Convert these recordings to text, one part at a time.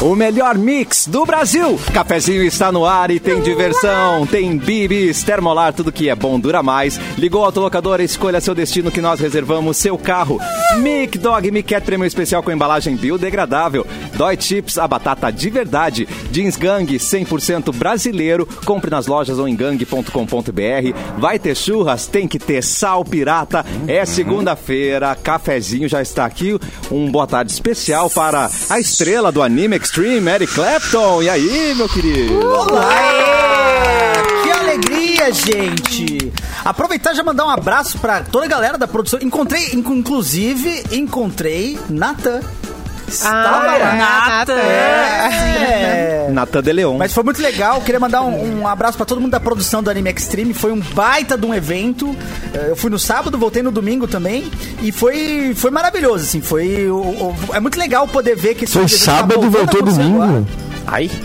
o melhor mix do Brasil. Cafezinho está no ar e tem diversão, tem bibis, termolar, tudo que é bom dura mais. Ligou o autolocador, escolha seu destino que nós reservamos seu carro. Mic Dog Mic Cat Prêmio Especial com embalagem biodegradável. Dói Chips, a batata de verdade. Jeans Gang, 100% brasileiro. Compre nas lojas ou em gang.com.br. Vai ter churras, tem que ter sal pirata. É segunda-feira, cafezinho já está aqui. Um boa tarde especial para a estrela do anime Extreme, Eric Clapton. E aí, meu querido? Aê! Que alegria, gente! Aproveitar e já mandar um abraço pra toda a galera da produção. Encontrei, in- inclusive, encontrei Natan. Estava é, lá. Natan. É. Natan de Leon. Mas foi muito legal, queria mandar um, um abraço pra todo mundo da produção do Anime Extreme. Foi um baita de um evento. Eh, Eu fui no sábado, voltei no domingo também. E foi, foi maravilhoso, assim. Foi, o- o- é muito legal poder ver que esse Foi evento tá sábado, voltando a voltou acontecer agora. domingo.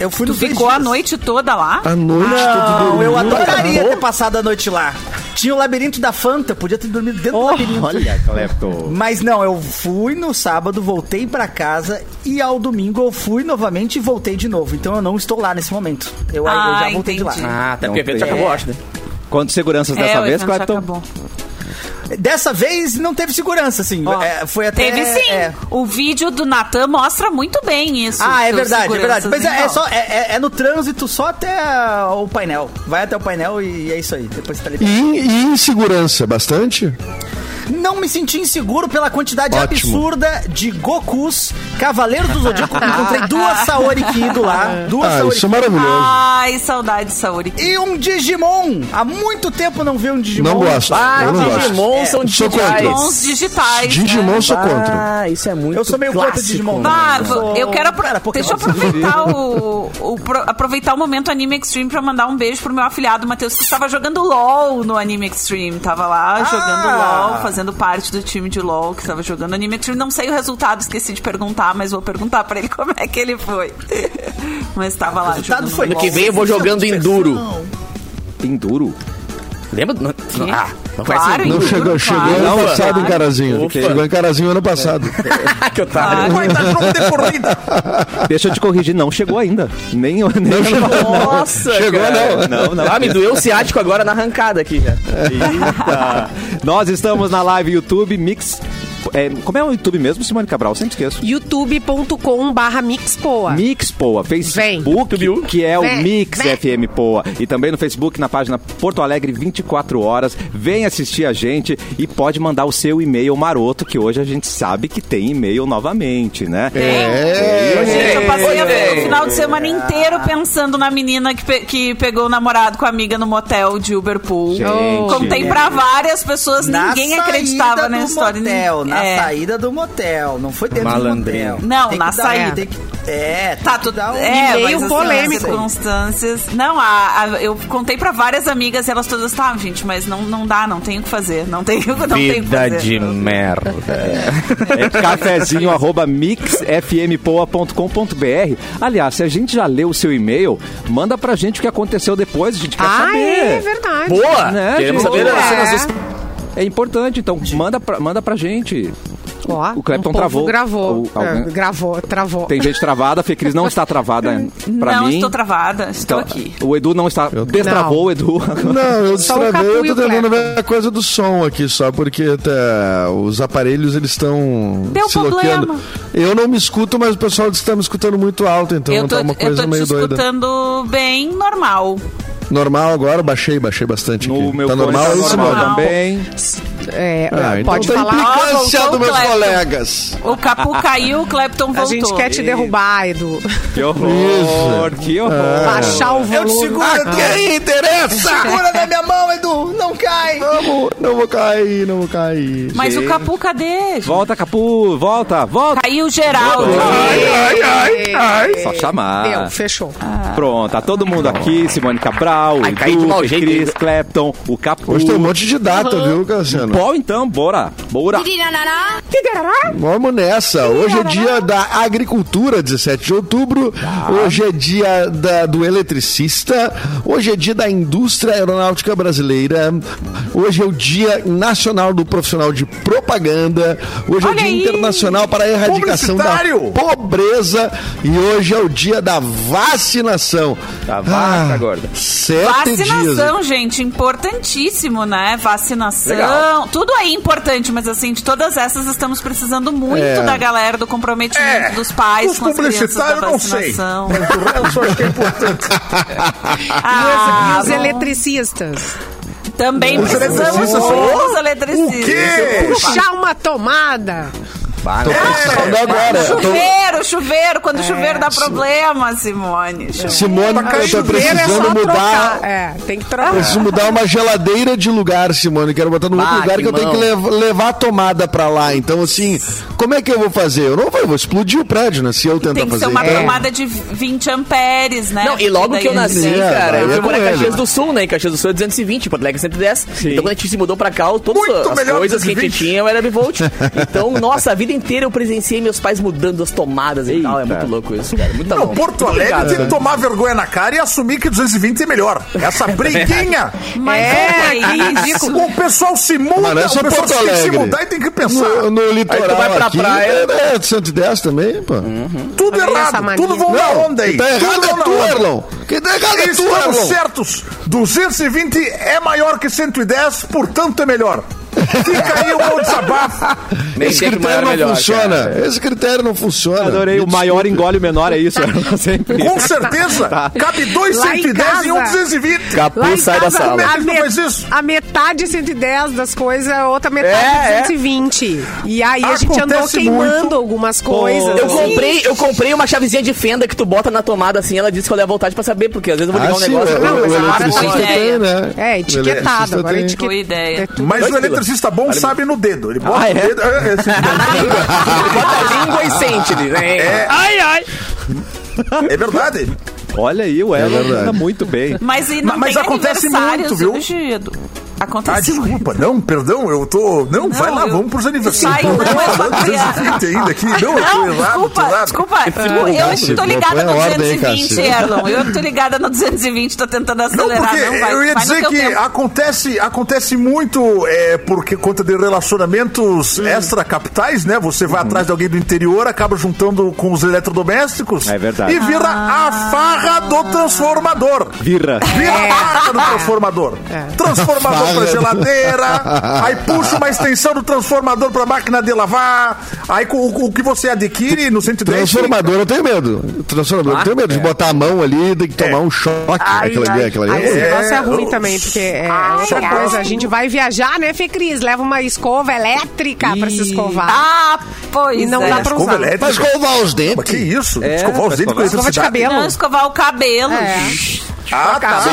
Eu fui Tu nos dois ficou a dias. Ah, noite toda lá? A noite todo Não, domingo. eu adoraria ter passado a noite lá. Tinha o labirinto da Fanta, podia ter dormido dentro do labirinto. Olha, Clapton. Mas não, eu fui no sábado, voltei pra casa e ao domingo eu fui novamente e voltei de novo. Então eu não estou lá nesse momento. Eu, eu Ah, já voltei de entendi. lá. É. Ah, até Não porque o evento já tem. acabou, acho, né? Quantos seguranças É, dessa o vez, evento já Clapton? acabou. Dessa vez não teve segurança, assim. Ó, É, foi até. Teve sim. é. O vídeo do Natan mostra muito bem isso. Ah, é Seus verdade, é verdade. seguranças Mas é, em é só, volta. é, é- é no trânsito só até o painel. Vai até o painel e é isso aí. Depois você tá E, liberado. e insegurança, bastante? Não me senti inseguro pela quantidade Ótimo. absurda de Gokus, Cavaleiros do Zodíaco. Encontrei duas Saori Kido lá. Duas Ah, Saori isso é Kido. maravilhoso. Ai, saudade, Saori. E um Digimon. Há muito tempo não vi um Digimon. Não gosto. Ah, eu não Digimon gosto. são Sou digitais. contra. Digimons digitais. Digimon né? sou contra. Ah, isso é muito Eu sou meio clássico. contra Digimon. Bah, Eu Ah, vou- sou- eu quero apro- Cara, Pokémon. deixa eu aproveitar o, o pro- aproveitar o momento Anime Extreme pra mandar um beijo pro meu afilhado Matheus que estava jogando LOL no Anime Extreme, tava lá Ah! jogando LOL, fazendo parte do time de LOL que estava jogando Anime Extreme. Não sei o resultado, esqueci de perguntar, mas vou perguntar pra ele como é que ele foi. mas tava lá resultado jogando foi LOL. Ano que vem eu vou jogando Enduro. Enduro. Lembra? Não, Quê? ah, não Claro, conhece Não Juro, chegou, claro. chegou ano Ufa. ah, passado em Carazinho. Ufa. Chegou em Carazinho ano passado. Ah, que otário. jogo de corrida. Deixa eu te corrigir, não chegou ainda. Nem, nem não Nossa, Chegou, cara. não. Não, não. Ah, me doeu o ciático agora na arrancada aqui, cara. Eita. Nós estamos na live YouTube Mix. é, como é o YouTube mesmo, Simone Cabral? Sempre esqueço. youtube.com barra mixpoa. Mix Poa, Facebook, Vem. que é o Vem. Mix Vem. FM Poa. E também no Facebook, na página Porto Alegre 24 horas. Vem assistir a gente e pode mandar o seu e-mail maroto, que hoje a gente sabe que tem e-mail novamente, né? É. É. Gente, eu passei Ei. o final de semana inteiro pensando na menina que, pe- que pegou o namorado com a amiga no motel de Uberpool. Gente. Contei pra várias pessoas, ninguém acreditava na nessa história. Motel, na É. saída do motel, não foi dentro Malandrinho. do motel. Não, Tem na que dar- um- saída. tem que- é, Tá, tudo tu, dá um é, meio mas, assim, polêmico. as circunstâncias. Não, a- a- eu contei pra várias amigas e elas todas, tá, gente, mas não, não dá, não tenho o que fazer. Não tenho, não tenho o que fazer. merda. É cafezinho arroba mixfmpoa.com.br. Aliás, se a gente já leu o seu e-mail, manda pra gente o que aconteceu depois, a gente quer Ah, saber. é verdade. Boa! Né, Ah, Queremos gente? saber Boa. as cenas É. dos... É importante, então manda pra, manda pra gente. Ó, um o Clapton povo travou. Gravou. O- alguém- É, gravou, travou. Tem gente travada, a Fecris não está travada pra não mim. estou travada, estou Então, aqui. O Edu não está. Destravou Não. o Edu. Não, eu Só o destravei, eu Capu e tô o tentando Kleber. ver a coisa do som aqui só, porque tá, os aparelhos eles estão Deu se bloqueando. problema. Eu não me escuto, mas o pessoal diz que tá me escutando muito alto, então eu tô, tá uma eu coisa tô te meio doida. escutando bem normal. Normal agora, baixei, baixei bastante No aqui. meu tá fone normal tá isso, normal mano? também. É, Ah, então pode tá falar. Ó, implicância voltou dos o meus Kleber. colegas. O Capu caiu, o Clapton voltou. A gente quer te derrubar, Edu. Que horror, que É. horror. Baixar o Eu te volume. seguro, Edu. Quem interessa? Segura na minha mão, Edu. Não cai. Vamos, não vou cair, não vou cair. Mas o Capu, cadê? Volta, Capu, volta, volta. Caiu geral. Ai, ai, ai. É, Só chamar. Deu, fechou. Pronto, tá todo mundo aqui, Simone Cabral, Ai, caí de Edu, mau jeito, Cris, Edu. Clapton, o Capu. Hoje tem um monte de data, viu, Cassiano? Bom, então, bora, bora. Vamos nessa. Hoje é dia da agricultura, 17 de outubro. Hoje é dia da- do eletricista. Hoje é dia da indústria aeronáutica brasileira. Hoje é o Dia Nacional do Profissional de Propaganda. Hoje é o Olha Dia aí! Internacional para a Erradicação da Publicitário! Pobreza. E hoje é o Dia da Vacinação. Ah, Tá vaca, gorda. Sete dias. Vacinação, gente, importantíssimo, né? Vacinação, Legal. tudo aí é importante, mas assim, de todas essas estamos precisando muito É. da galera, do comprometimento É. dos pais Os com as crianças da publicitários, não sei. vacinação. O resto acho que é importante. Ah, os bom. eletricistas. Também Os precisamos eletricistas muito são- dos eletricistas. O quê? Puxar uma tomada. Tô pensando agora. Eu tô- Chuveiro, chuveiro, quando o chuveiro dá problema, Simone. É. Chuveiro. Simone, Ah, eu tô Chuveiro é precisando só mudar. trocar. É, tem que trocar. Preciso mudar uma geladeira de lugar, Simone. Quero botar num outro Bah, lugar que eu tenho que irmão. lev- levar a tomada pra lá. Então, assim, como é que eu vou fazer? Eu não vou, eu vou explodir o prédio, né? Se eu tentar Tem que fazer ser uma É. isso. tomada de 20 amperes, né? Não, e logo Daí que eu a nasci, gente- É, cara, daí eu é fui morar em com ele. Caxias do Sul, né? Em Caxias do Sul é 220, Porto Alegre é 110. Então quando a gente se mudou pra cá, todas Muito as melhor coisas que a gente 220. tinha era bivolt. Então, nossa, a vida inteira eu presenciei meus pais mudando as tomadas e tal. É Eita. muito louco isso, cara. Muito Não, bom. Porto Muito Alegre obrigado. tem que tomar vergonha na cara e assumir que 220 é melhor. Essa briguinha. Mas É, olha que isso. ridículo. O pessoal se Mas não muda, é o só pessoal Porto tem que se Alegre. mudar e tem que pensar. No, no litoral Aí tu vai pra aqui, praia. É, é 110 também, pô. Tudo Olha essa errado, mania. tudo vão na Não, onda aí. quem tá errado tudo vão é na tu, onda. Erlon. Quem tá errado é tu, Estamos Erlon. certos. 220 é maior que 110, portanto é melhor. Fica aí o meu desabafo. Nem Esse sempre o critério maior não é melhor, funciona. cara. Esse critério não funciona. Adorei, Me o maior engole o menor, é isso? Sempre. Com certeza, cabe dois Lá em 110 e um casa. 220. Capu Lá em sai da casa, sala. Como é A, que tu met- faz isso? a metade 110 das coisas, a outra metade É, é. 220. E aí a gente andou Acontece queimando muito. algumas coisas. Eu assim. comprei, eu comprei uma chavezinha de fenda que tu bota na tomada assim, ela disse que eu levo vontade pra saber, porque às vezes eu vou Ah, ligar um sim, negócio. o, eu- Não, o mas agora eletricista foi tem, ideia. né? É, O eletricista etiquetado. Agora É tem. etiquetado. Boa ideia. Mas Dois o eletricista bom sabe no dedo. Ele bota Ah, é? o dedo. é, é, Bota a língua e sente. Né? Ai, ai. É verdade. Olha aí, É o Ela verdade. anda muito bem. Mas, e Ma- não mas tem acontece aniversários muito, viu? hoje, Edu. Acontece Ah, muito. desculpa, não, perdão, eu tô. Não, vai lá, eu- vamos pros Sai, aniversários. não, é uma piada. 220 ainda aqui. Não, eu tô Não, errado, tô desculpa, errado. É, desculpa. Eu, eu Cássio, tô não ligada põe no a ordem, 220, Cássio. Erlon. Eu tô ligada no 220, tô tentando Não, acelerar. porque Não, vai, eu vai ia no dizer teu que tempo. acontece, acontece muito é, por que- conta de relacionamentos extracapitais, né? Você vai atrás de alguém do interior, acaba juntando com os eletrodomésticos. É verdade. E vira a farra do transformador. Virra. Vira a farra do transformador. Transformador pra Farra do- geladeira, aí puxa uma extensão do transformador pra máquina de lavar, aí com o, o que você adquire no 110... Transformador eu tenho medo. Transformador eu tenho medo de botar a mão ali, tem que tomar um choque. aquela ali, aquela Aí ali. esse É. negócio é ruim também, porque é outra ai. coisa. A gente vai viajar, né, Fê Cris? Leva uma escova elétrica pra se escovar. Ah, pois e não é. dá pra Escova usar. elétrica. Mas escovar os Mas que dentes. isso? Escovar os dentes com Escova de eletricidade. cabelo. Não escovar o cabelo. É. Ah, tá.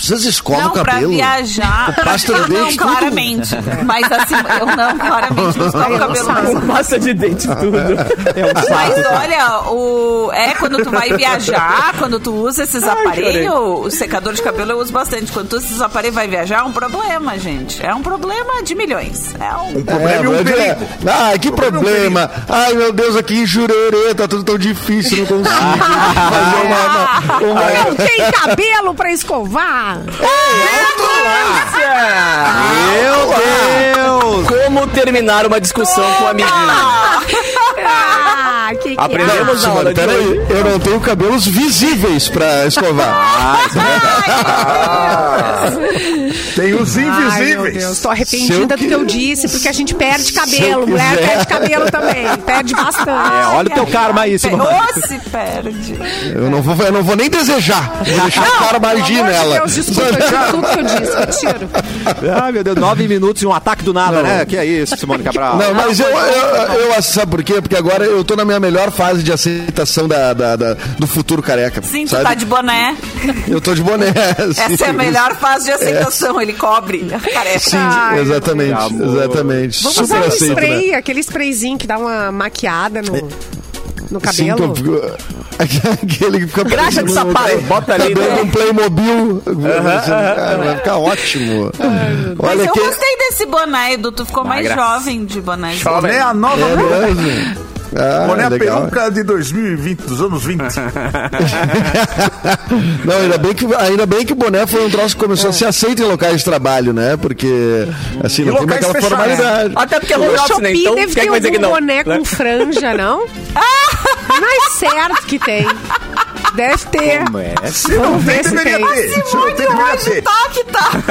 Vocês escovam Não, o pra cabelo. viajar. Pasta de eu não, dente, tudo. claramente. Mas assim, eu não, claramente, não escovo o cabelo. sabe. Mas Com massa de dente e tudo. É um saco. Mas olha, o... é quando tu vai viajar, quando tu usa esses aparelhos, o secador de cabelo eu uso bastante. Quando tu usa esses aparelhos vai viajar, é um problema, gente. É um problema de milhões. É um... Problema e um mas é- perigo. Ai, que problema. Ai, meu Deus, aqui em Jurerê tá tudo tão difícil, não consigo fazer uma... uma, uma... Não tem cabelo pra escovar. Meu Deus! Como terminar uma discussão com um a menina? Ah, que que Aprendeu? é? Não, Vamos na aula Simone, de peraí, hoje. eu não tenho cabelos visíveis pra escovar. Tem os Ai, invisíveis. meu Deus, Se tô eu arrependida do que eu disse, porque a gente perde cabelo. Mulher quiser. perde cabelo também. Perde É, bastante. olha o teu karma aí, Simone. Ô, se perde. Eu não vou, eu não vou nem desejar. Vou deixar o cara Pelo margir amor de nela. Deus, desculpa, eu digo tudo que eu disse. Eu tiro. Ai, Ah, meu Deus, nove minutos e um ataque do nada, Não. né? Que é isso, Simone Cabral. Não, mas eu, eu, eu- sabe por quê? Porque agora eu tô na minha melhor fase de aceitação da, da- da- do futuro careca. Sim, tu sabe? tá de boné. Eu tô de boné. Essa é a melhor fase de aceitação. Ele cobre. Sim, Careca. Ai, exatamente, meu Deus. exatamente. Vamos Super usar um aceito, né? spray, aquele sprayzinho que dá uma maquiada no, no Sim, cabelo. tô- aquele que fica Graxa de parecendo sapato, um- bota ali, Cabelo né? com Playmobil. Ah, Vai ficar ótimo. Mas Olha eu que... gostei desse boné, Edu. Tu ficou mais graça. jovem de boné. Boné é a nova É mesmo. Ah, Boné legal. peruca de 2020, dos anos 20. Não, ainda bem, que, ainda bem que o boné foi um troço que É. começou a ser aceito em locais de trabalho, né? Porque, assim, não tem mais locais aquela fechados. formalidade. Até porque é No home office, né? Shopee Então, quem é deve ter que vai dizer que algum não? boné com franja, não? Mas certo que tem. Deve ter. é? Se não Vamos tem, ver se deveria tem. ter. Se não tem, deveria ter. tá- tá Top, top.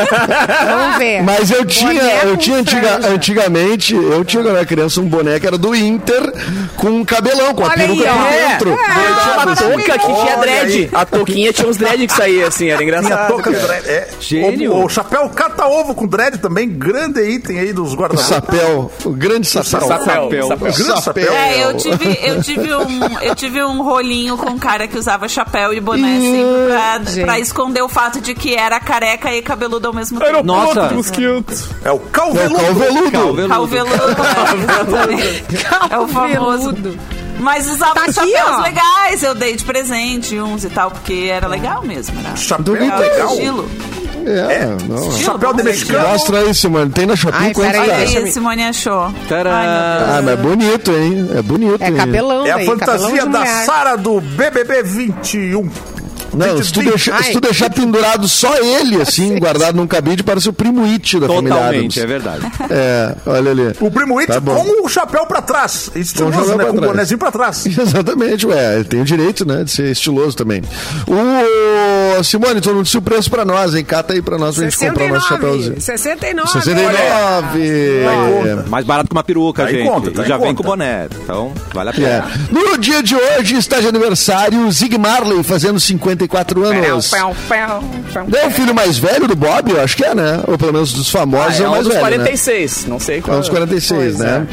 Vamos ver. Mas eu tinha, Boné eu com tinha antiga- franja. antigamente, eu tinha quando eu era criança um boné que era do Inter com um cabelão, com a Olha peruca aí, por ó. É. dentro. Eu É. tinha uma touca que tinha Olha aí. dread. A touquinha tinha uns dread que É, saía, assim, era Minha engraçado. touca de cara. dread. É. Gênio. O, o chapéu cata-ovo com dread também, grande item aí dos O guarda-roupa. sapéu, o grande sapéu. Sapéu, sapéu. Grande sapéu. É, eu tive, eu, tive um, eu tive um rolinho com um cara que usava chapéu e boné sempre pra, pra esconder o fato de que era careca e cabeludo ao mesmo tempo. Nossa. É o É o calveludo. calveludo. Calveludo. Calveludo. É o famoso. Calveludo. Mas usava Tá aqui, chapéus ó. legais, eu dei de presente uns e tal, porque era legal mesmo. Era, Chapéu Do era legal. estilo. É, não. Estilo, Chapéu de vamos ver mexicano. Mostra isso, mano. Tem na Shopping Ai, quanto Tá, peraí, dá? aqui. deixa Aí a Simone achou. Tcharam. Ai, meu Deus. Ah, mas é bonito, hein? É bonito. É hein? cabelão, É a daí, fantasia cabelão de da mulher. Sara do BBB 21. Não, se tu, deixa- se tu deixar pendurado só ele, assim, guardado num cabide, parece o primo It da Tá família Adams. Totalmente, é verdade. É, olha ali. O primo It Tá bom. com o chapéu pra trás. Com o Estiloso, chapéu né? pra Com o trás. bonezinho pra trás. Exatamente, ué, ele tem o direito, né, de ser estiloso também. O Simone, tu não disse o preço pra nós, hein? Cata aí pra nós pra gente comprar o nosso 69. chapéuzinho. 69. 69! Mais barato que uma peruca, Tá em gente. conta, tá E já em vem conta. com boné. Então, vale a pena. É. No dia de hoje está de aniversário o Zig Marley, fazendo 54 anos. Pão, pão, pão, pão. É o filho mais velho do Bob, eu acho que é, né? Ou pelo menos dos Ah, famosos é, é o um mais dos velho, né? 46, não sei É qual. uns 46, Pois é. né?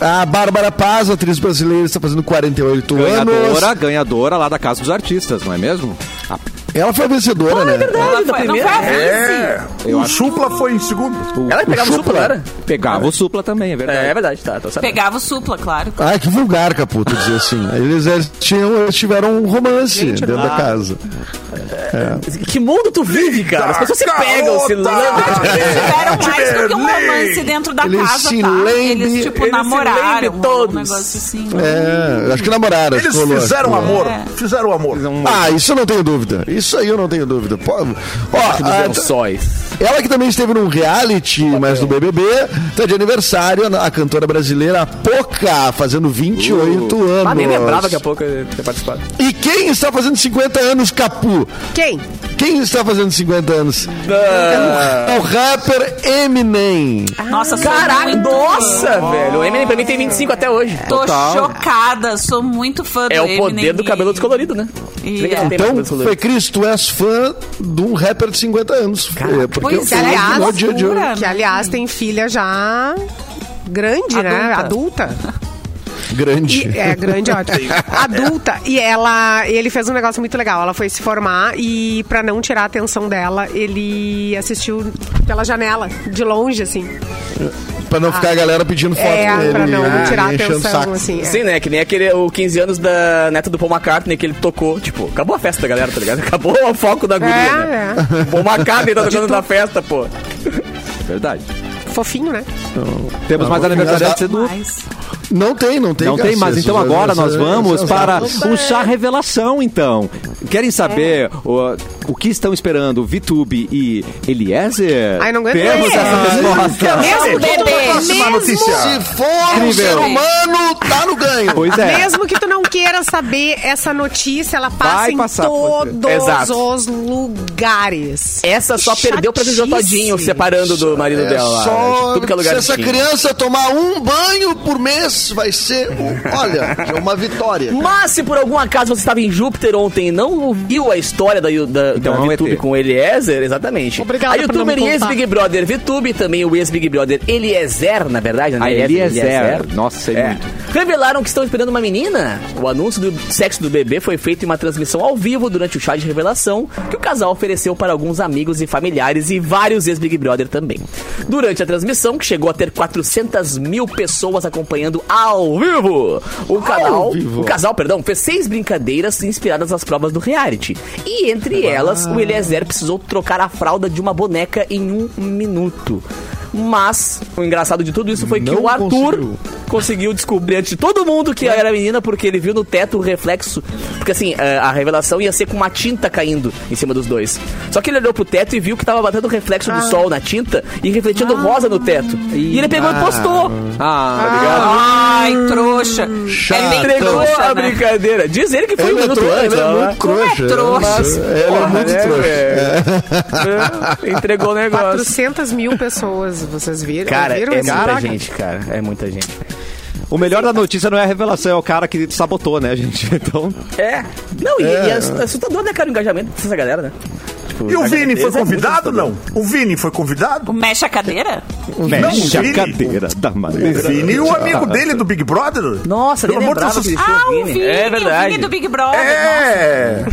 A Bárbara Paz, atriz brasileira, está fazendo 48 anos. Ganhadora, ganhadora lá da Casa dos Artistas, não é mesmo? A- Ela foi a Ah, é vencedora, né? Ela foi, da não foi primeira? a vice. É. O Supla foi em segundo. é. Ela pegava o supla, não era? Pegava o Supla também, é verdade. É, é verdade, tá, tô sabendo. Pegava o supla, claro. Ah, que vulgar, Caputo, dizer assim. Eles, eh, tinham, eles tiveram um romance dentro ah. da casa. Que mundo tu vive, cara? As pessoas se Garota! pegam, se lambem. Eles tiveram mais do que um Belém. romance dentro da Eles casa, se tá? lembrem- eles, tipo, eles se namoraram. lembrem um todos. negócio assim. É, eu acho que namoraram. acho Eles que rolou, acho fizeram que rolou. amor. É. Fizeram amor. Ah, isso eu não tenho dúvida. Isso aí eu não tenho dúvida. Pô, ó, a- lençóis. ela que também esteve num reality, mas do BBB, tá de aniversário, a a cantora brasileira Poca, fazendo 28 anos. Ah, nem lembrava daqui a pouco eu ter participado. E quem está fazendo 50 anos, Capu? Quem? Quem está fazendo 50 anos? É o- é o rapper Eminem. Nossa, sou Caraca, muito- nossa, velho. O Eminem pra mim tem 25 até hoje. Tô chocada, sou muito fã do É o Eminem. poder do cabelo e- descolorido, né? E- é. Você vê que não tem mais Então, cabelo Fê descolorido. Cris, tu és fã de um rapper de 50 anos. É, porque Pois eu- é, eu- no aliás, dia de hoje. que aliás tem filha já grande, né? Adulta. Grande. E- é, grande, ótimo. Adulta. E ela, ele fez um negócio muito legal. Ela foi se formar e, pra não tirar a atenção dela, ele assistiu pela janela, de longe, assim. Pra não ficar a galera pedindo foto é, dele. pra não e tirar a enchendo o saco. atenção, assim. é. Sim, né? Que nem aquele, o 15 anos da neta do Paul McCartney que ele tocou. Tipo, acabou a festa, galera, tá ligado? Acabou o foco da guria, É, né? Paul McCartney tá tocando na festa, pô. É. é Verdade. Fofinho, né? Temos Tá mais vou aniversariantes, finalizar. Edu? Mas- Não tem, não tem. Não tem, mas cacete, então essas- agora nós essas- vamos essas- para essas- o chá revelação, então. Querem saber o, o que estão esperando Vitube e Eliezer? Ai, não aguento Temos mais. essa resposta. Mesmo bebê, Próxima notícia. Se for um ser Incrível. humano, tá no ganho. Pois é. Mesmo que tu não queira saber, essa notícia, ela passa Vai em passar, pode todos ser. Exato. os lugares. Essa só Chatice. perdeu pra Jojo Todinho separando do marido É dela. lá, né? De só Tudo que é se lugar essa tinha. criança tomar um banho por mês, vai ser, um- olha, é uma vitória. Mas se por algum acaso você estava em Júpiter ontem e não ouviu a história da, da, Então da é um VTube ET. com o Eliezer, exatamente. Obrigada a por não me youtuber e contar. ex-Big Brother VTube, também o ex-Big Brother Eliezer, na verdade, Ah, né? A é Eliezer. Nossa, sei É. muito. Revelaram que estão esperando uma menina. O anúncio do sexo do bebê foi feito em uma transmissão ao vivo durante o chá de revelação que o casal ofereceu para alguns amigos e familiares e vários ex-Big Brother também. Durante a transmissão, que chegou a ter 400 mil pessoas acompanhando ao vivo, o canal, o casal, perdão, fez seis brincadeiras inspiradas nas provas do reality. E entre elas, o Eliezer precisou trocar a fralda de uma boneca em um minuto. Mas o engraçado de tudo isso foi que Não o Arthur conseguiu. conseguiu descobrir antes de todo mundo que era menina, porque ele viu no teto o reflexo. Porque assim, eh, a revelação ia ser com uma tinta caindo em cima dos dois. Só que ele olhou pro teto e viu que tava batendo o reflexo Ah. do sol na tinta e refletindo rosa no teto. E ele pegou e postou. Ah, Ai, trouxa. Chato. É bem Entregou Entregou trouxa, a né? brincadeira. Diz ele que foi um Ele é, minuto tro... antes. ele é ó. muito trouxa. trouxa. Mas Ele é muito É, trouxa. velho. É, Entregou o negócio. 400 mil pessoas, vocês viram? Cara, é viram muita esse- gente, cara. É muita gente. o melhor da notícia não é a revelação, é o cara que sabotou, né, gente? Então, É. Não, e é, e é assustador, né, cara, o engajamento dessa galera, né? Tipo, E o a Vini galera foi deles é muito convidado, assustador. não? O Vini foi convidado? O mexe a cadeira? mexe a Vini. cadeira É da O maneira. Vini e o amigo dele do Big Brother? Nossa, Pelo nem amor de lembrava Deus, que existia Ah, o Vini, É o verdade. Vini do Big Brother. É!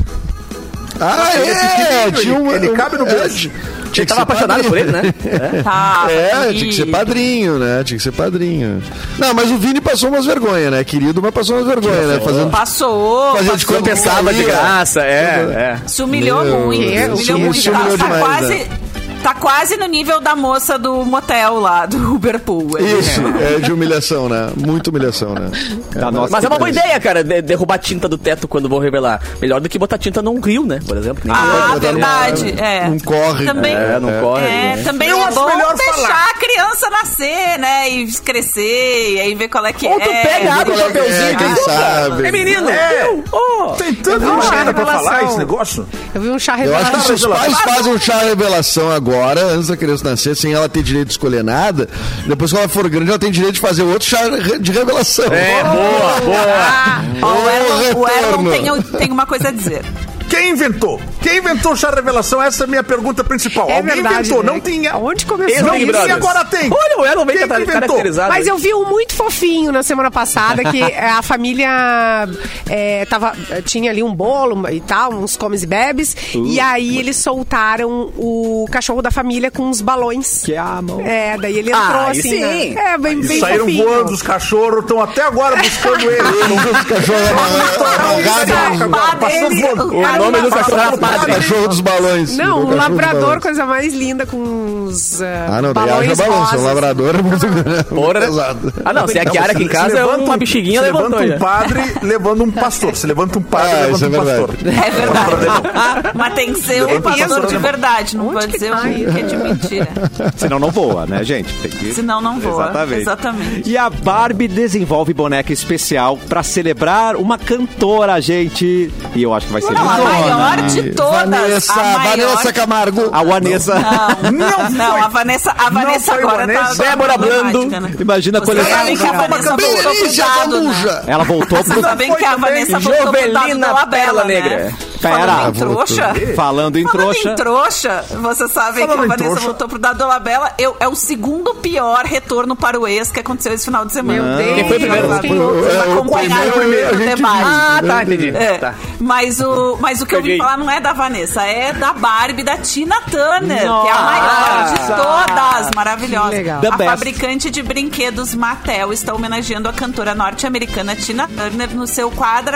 Ah, é, Ele- tinha um- ele cabe no é, bolso. tinha que Ele tava ser apaixonado padrinho. por ele, né? Tá, É, Vini. tinha que ser padrinho, né? Tinha que ser padrinho. Não, mas o Vini passou umas vergonhas, né? Querido, mas passou umas vergonhas, né? Fazendo, Passou. fazendo de passou. conta que Pensava de sabia. graça, é, é. Se humilhou Meu muito. Deus, humilhou muito. se humilhou tá, demais, né? quase, tá quase no nível da moça do motel lá, do Uberpool. Isso, é de humilhação, né? Muita humilhação, né? Da nossa Mas é uma boa ideia, cara, de- derrubar tinta do teto quando vão revelar. Melhor do que botar tinta num rio, né? Por exemplo. Nem Ah, botar verdade. num- é. num corre. Também, É, não corre. É, né? também Eu é acho bom melhor deixar falar. a criança nascer, né? E crescer, e aí ver qual é que é. Ou tu pega água e qual é que é, papelzinho, quem cara. sabe? É menino. É. viu? Ó. Tem tanta Eu vi uma merda pra revelação. falar esse negócio? Eu vi um chá Eu acho revelado. que se os pais fazem um chá revelação agora, antes da criança nascer, sem ela ter direito de escolher nada, depois que ela for grande, ela tem direito de fazer outro chá re- de revelação. É, boa, boa. Ah, ó, Ô, o Erlon, o Erlon retorno. tem, um, tem uma coisa a dizer. Quem inventou? Quem inventou o chá revelação? Essa é a minha pergunta principal. É Alguém verdade, inventou, né? não tinha. Onde começou? Esse Não Big tinha, Brothers. agora tem. Olha, o Elon vem Quem que inventou? caracterizado. Mas eu vi um muito fofinho na semana passada que a família é, tava, tinha ali um bolo e tal, uns comes e bebes. e aí eles soltaram o cachorro da família com uns balões. Que amam. É, daí ele entrou Ah, aí assim. sim. né? É, bem, bem Saíram fofinho. voando os cachorros, estão até agora buscando ele. Cachorro amarrado, O nome do cachorro era padre. um cachorro dos balões. Não, Virou cachorro um dos labrador, balões. coisa mais linda, com uns ah, Ah, não, daí haja balões balanço. Um rosas. labrador é muito grande. Porra. pesado. Ah, não, se é a Kiara aqui em casa, é uma bexiguinha se levanta levantou um já. padre levando um pastor. Se levanta um padre, Ah, levanta isso um é pastor. É verdade. Mas tem que ser um Levanta a pastor vassoura de na mão. verdade, não Onde pode que ser tá um isso? que é de mentira. Senão não voa, né, gente? Tem que... Senão não voa, Exatamente. exatamente. E a Barbie desenvolve boneca especial pra celebrar uma cantora, gente. E eu acho que vai ser Não, a muito maior de todas. Vanessa, a maior... Vanessa Camargo. A Vanessa. Não, Não não, foi. a Vanessa, a Vanessa foi agora Vanessa. tá. Débora Blando. problemática, né? Imagina a Vocês coleção. sabem que a Ela Vanessa Bem, voltou pro Lígia dado, né? Coruja. Ela voltou pro. Vocês sabem que a Vanessa voltou pro dado Jovelina da Bela, Pérola né? Negra. Pera. Falando em trouxa. Falando em Falando trouxa. em trouxa, você sabe que Falando em a Vanessa trouxa. voltou pro Dado Dolabella. Eu, é o segundo pior retorno para o ex que aconteceu esse final de semana. Meu Deus. Quem foi primeiro? Vocês acompanharam primeiro, o a primeiro gente debate. Ah, tá, entendi. É, Tá. mas, o, mas o que eu vim Peguei. falar não é da Vanessa, é da Barbie, da Tina Turner, que é a maior de Nossa. todas, maravilhosa. Que legal. The A best. fabricante de brinquedos Mattel está homenageando a cantora norte-americana Tina Turner no seu 40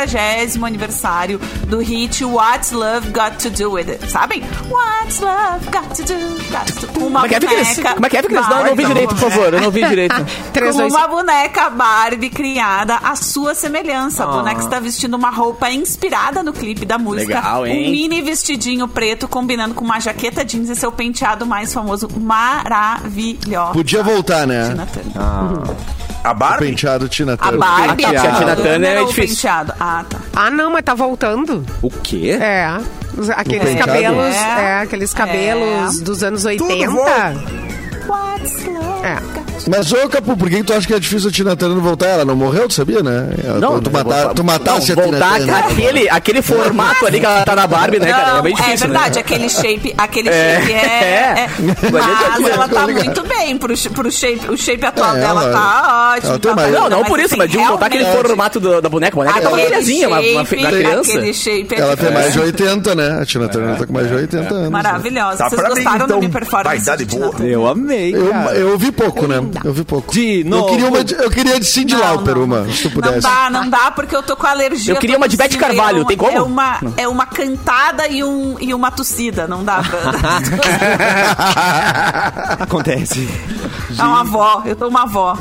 aniversário do hit What's Love Got to Do With It, sabem? What's Love Got to Do, got to do. Com uma Como é que é, Vickers? boneca Como é que é, Vickers? Não, eu não vi Barbie. direito, por favor. Eu não vi direito. Três, Como dois, uma boneca Barbie criada à sua semelhança. A Ah. boneca está vestindo uma roupa inspirada no clipe da música. Legal, hein? Um mini vestidinho preto combinando com uma jaqueta jeans e seu penteado mais famoso. Maravilhoso. Podia voltar, né? Tina Turner. Ah. A Barbie? Penteado Tina A Turner. Barbie, Ah, a a Tina Tina Turner é Turner, ou o difícil. penteado. Ah, tá. Ah, não, mas tá voltando. O quê? É. Os- Aqueles penteado? cabelos. É. É, aqueles cabelos dos anos 80. volta. What's love? É. Mas, ô, Capu, por que que tu acha que é difícil a Tina Turner voltar? Ela não morreu, tu sabia, né? Ela- tu, mas matar- voltar- tu matasse não, a Tina voltar Turner. aquele, aquele formato ali que ela tá na Barbie, né, cara? É Não, bem é, difícil, verdade, né? aquele shape, aquele É. shape é. É. é. Mas é Mas daquilo, ela tá ligado? muito bem pro, sh- pro shape. O shape atual É, dela ela- tá ótimo. ela tem tá mais- Não, bacana, não por isso, mas um digo voltar aquele realmente- formato do- da boneca. A boneca tá uma Aquele filhazinha, uma, uma, shape, da criança. Aquele shape é Ela tem mais de diferente. 80, né? A Tina Turner tá com mais de 80 anos. Maravilhosa. Tá Vocês pra mim, gostaram da então. minha performance? Vai, dá de de boa. Natal? Eu amei. Eu, cara. eu vi pouco, né? Eu vi pouco. De Eu novo. queria, uma de, eu queria de Cindy Lauper, uma, se tu Não pudesse. dá, não dá, porque eu tô com alergia. Eu queria uma de Beth Bete Carvalho, tem como? É uma, é uma cantada e, um, e uma tossida, não dá pra... Acontece. é uma avó, eu tô uma avó.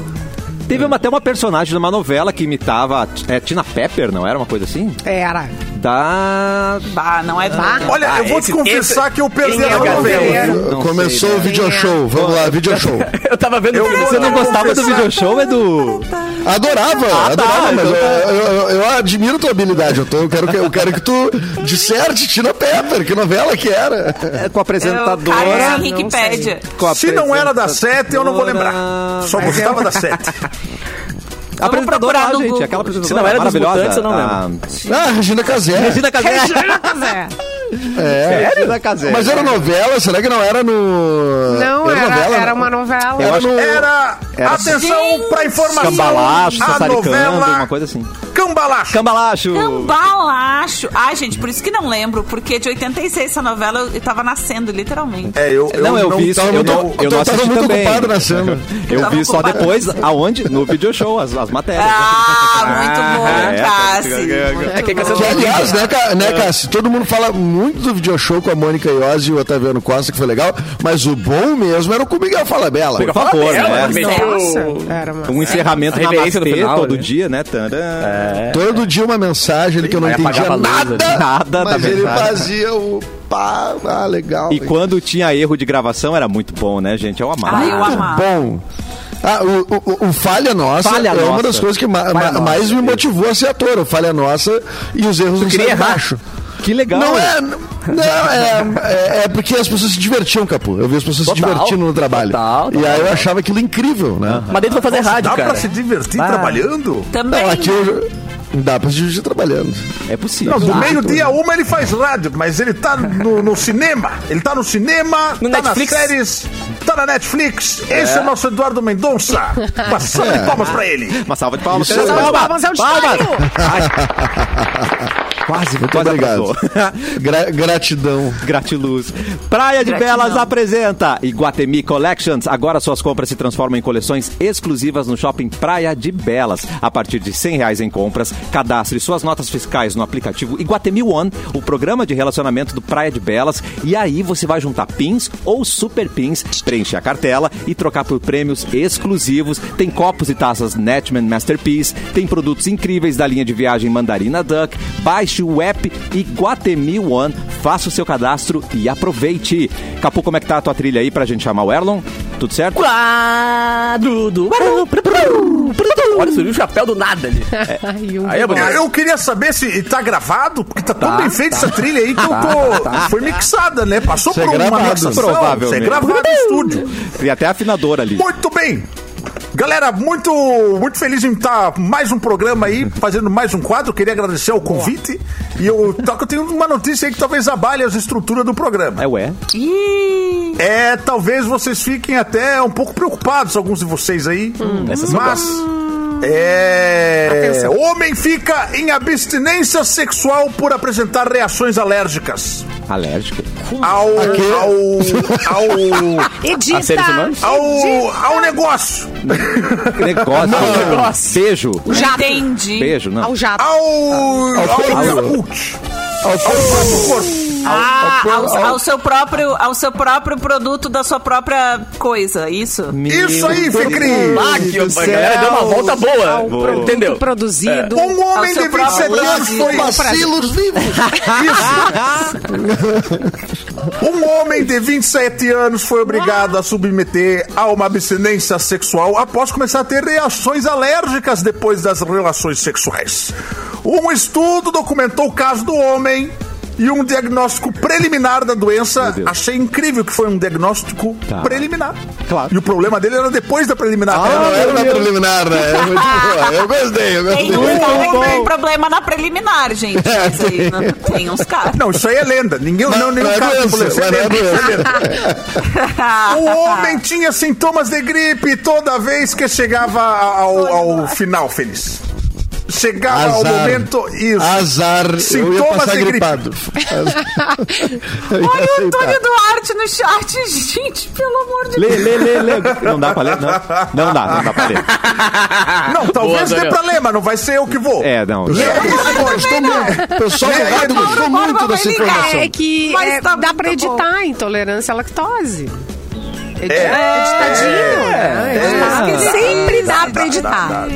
Teve uma- até uma personagem de uma novela que imitava a T- é, Tina Pepper, não era uma coisa assim? Era. Da. Bah, não é bah. Olha, eu vou esse- te confessar que eu perdi esse a é o novela. governo. Não Começou sei, o video show. Vamos lá, video show. Eu tava vendo o filme, Você não gostava do video show, é Edu? Adorava, Ah, tá, adorava, mas então eu, eu- eu- eu admiro tua habilidade. Eu, tô- eu quero que, eu quero que tu disserte Tina Pepper, que novela que era. É, com a Carlos apresentadora. Henrique Pédia. com a Se não era da apresentadora- 7, eu não vou lembrar. Só gostava da 7. A apresentadora, procurar lá, no gente, Google. aquela apresentadora. Se não era dos maravilhosa, Mutantes, eu não a- Ah, Regina Casé. Regina Casé. É. Regina Casé. Mas era novela? Será que não era no. Não, era, Ah, novela, era né? uma novela. Eu acho que Era. Era- Atenção pra informação. Cambalacho, a sassaricando, novela uma coisa assim. Cambalacho. Cambalacho. Cambalacho. Ai, gente, por isso que não lembro, porque de 86 essa novela eu tava nascendo, literalmente. É, eu, Não, eu vi isso, tava eu não, muito- eu não eu tava assisti muito também. ocupado na cena. Eu Tava vi só ocupado. depois, aonde? No video show, as, as matérias. Ah, muito bom, é, Cássio. é, muito é que bom. Cássio Que, aliás, né, Ca- né, Cássio? Todo mundo fala muito do video show com a Mônica Iose e o Otaviano Costa, que foi legal, mas o bom mesmo era o com o Miguel Falabella. Por favor, Ela né? meteu- Nossa. Era uma... Um encerramento A na reverência do Mafê final, todo né? dia, né? Tadã. Todo dia uma mensagem ali que eu não Vai entendia apagar a luz nada, ali. Nada da mas ele mensagem. fazia o pá, ah, legal. E quando tinha erro de gravação, era muito bom, né, gente? Eu amava. Ah, eu Muito amava. bom. Ah, o, o- o Falha Nossa Falha é Nossa. uma das coisas que ma- Falha ma- Nossa, mais me motivou a ser ator. O Falha Nossa e os erros do queria Saio errar? Baixo. Que legal. Não é. Não, é, é, é porque as pessoas se divertiam, Capu. Eu vi as pessoas se Total. divertindo no trabalho. Total, e total. aí eu achava aquilo incrível, né? Mas dentro vai fazer rádio, Dá cara. pra se divertir Ah. trabalhando? Também. Não, Então, aqui eu. Dá pra se divertir trabalhando. É possível. Não, do Ah, meio-dia a uma ele faz rádio, mas ele tá no, no cinema. Ele tá no cinema, No tá Netflix. nas séries, tá na Netflix. Esse é o nosso Eduardo Mendonça. Passando de palmas pra ele. Uma salva de palmas. Isso aí. Salva de palmas, é o Diário! Ai. Quase, Muito quase obrigado. atrasou. Gra- gratidão. Gratiluz. Praia de Gratidão. Belas apresenta Iguatemi Collections. Agora suas compras se transformam em coleções exclusivas no shopping Praia de Belas. A partir de R$ 100 reais em compras, cadastre suas notas fiscais no aplicativo Iguatemi One, o programa de relacionamento do Praia de Belas. E aí você vai juntar pins ou super pins, preencher a cartela e trocar por prêmios exclusivos. Tem copos e taças Netman Masterpiece, tem produtos incríveis da linha de viagem Mandarina Duck. Baixe o app Iguatemi One, faça o seu cadastro e aproveite. Capu, como é que tá a tua trilha aí pra gente chamar o Erlon? Tudo certo? Quadro do. Olha, subiu o chapéu do nada ali. Ai, um- Aí é bonito. Eu- Eu queria saber se tá gravado, porque tá, tão bem feita essa trilha aí que eu tô. Foi mixada, né? Passou é por uma gravado, mixação. Isso é provavelmente. gravado em estúdio. Tem até afinador ali. Muito bem. Galera, muito, muito feliz em estar mais um programa aí, fazendo mais um quadro. Queria agradecer o convite. E eu, tá, que eu tenho uma notícia aí que talvez abale as estruturas do programa. É ué. Ih, É, talvez vocês fiquem até um pouco preocupados, alguns de vocês aí. mas. É. Homem fica em abstinência sexual por apresentar reações alérgicas Alérgico. ao. ao. Edita! É, A seres humanos? ao, ao, ao negócio. Negócio. negócio. Beijo. entendi. Beijo, não. Ao jato. ao. ao Yakult. Ao próprio corpo. Ah, ao, ao seu próprio, ao seu próprio produto da sua própria coisa, isso? Isso aí, Ficri! Ah, que Deus a do galera céu. deu uma volta boa. Boa. Entendeu? Produzido. Um homem É seu de próprio 27 anos lance. foi. Bacilos vivos. Um homem de 27 anos foi obrigado a submeter a uma abstinência sexual após começar a ter reações alérgicas depois das relações sexuais. Um estudo documentou o caso do homem e um diagnóstico preliminar da doença. Achei incrível que foi um diagnóstico Tá. preliminar. Claro. E o problema dele era depois da preliminar. né? não era na preliminar, né? É muito boa. Eu gostei, eu Tem um gostei. uns caras que bom. tem problema na preliminar, gente. Mas aí, né? Tem uns caras. Não, isso aí é lenda. Ninguém, não, Não, nenhum não é caso de doença, polícia. mas não é doença. O homem tinha sintomas de gripe toda vez que chegava ao, ao final, Feliz. Chegava ao Azar. momento isso. Azar. eu ia Sintomas passar de gripe. gripado. Eu ia Olha o Antônio aceitar. Duarte no chat, gente, pelo amor de Lê, lê, lê, lê. Não dá pra ler, não. Não dá, não dá pra ler. Não, talvez dê Daniel. pra ler, mas não vai ser eu que vou. É, não. Eu estou muito. Pessoal, Lê aí, errado Mauro gostou Borba muito vai dessa ligar. informação. É que Mas é, tá dá muito pra editar intolerância à lactose. Edita, Editadinho. né? É. Editado. É. Sempre dá pra acreditar.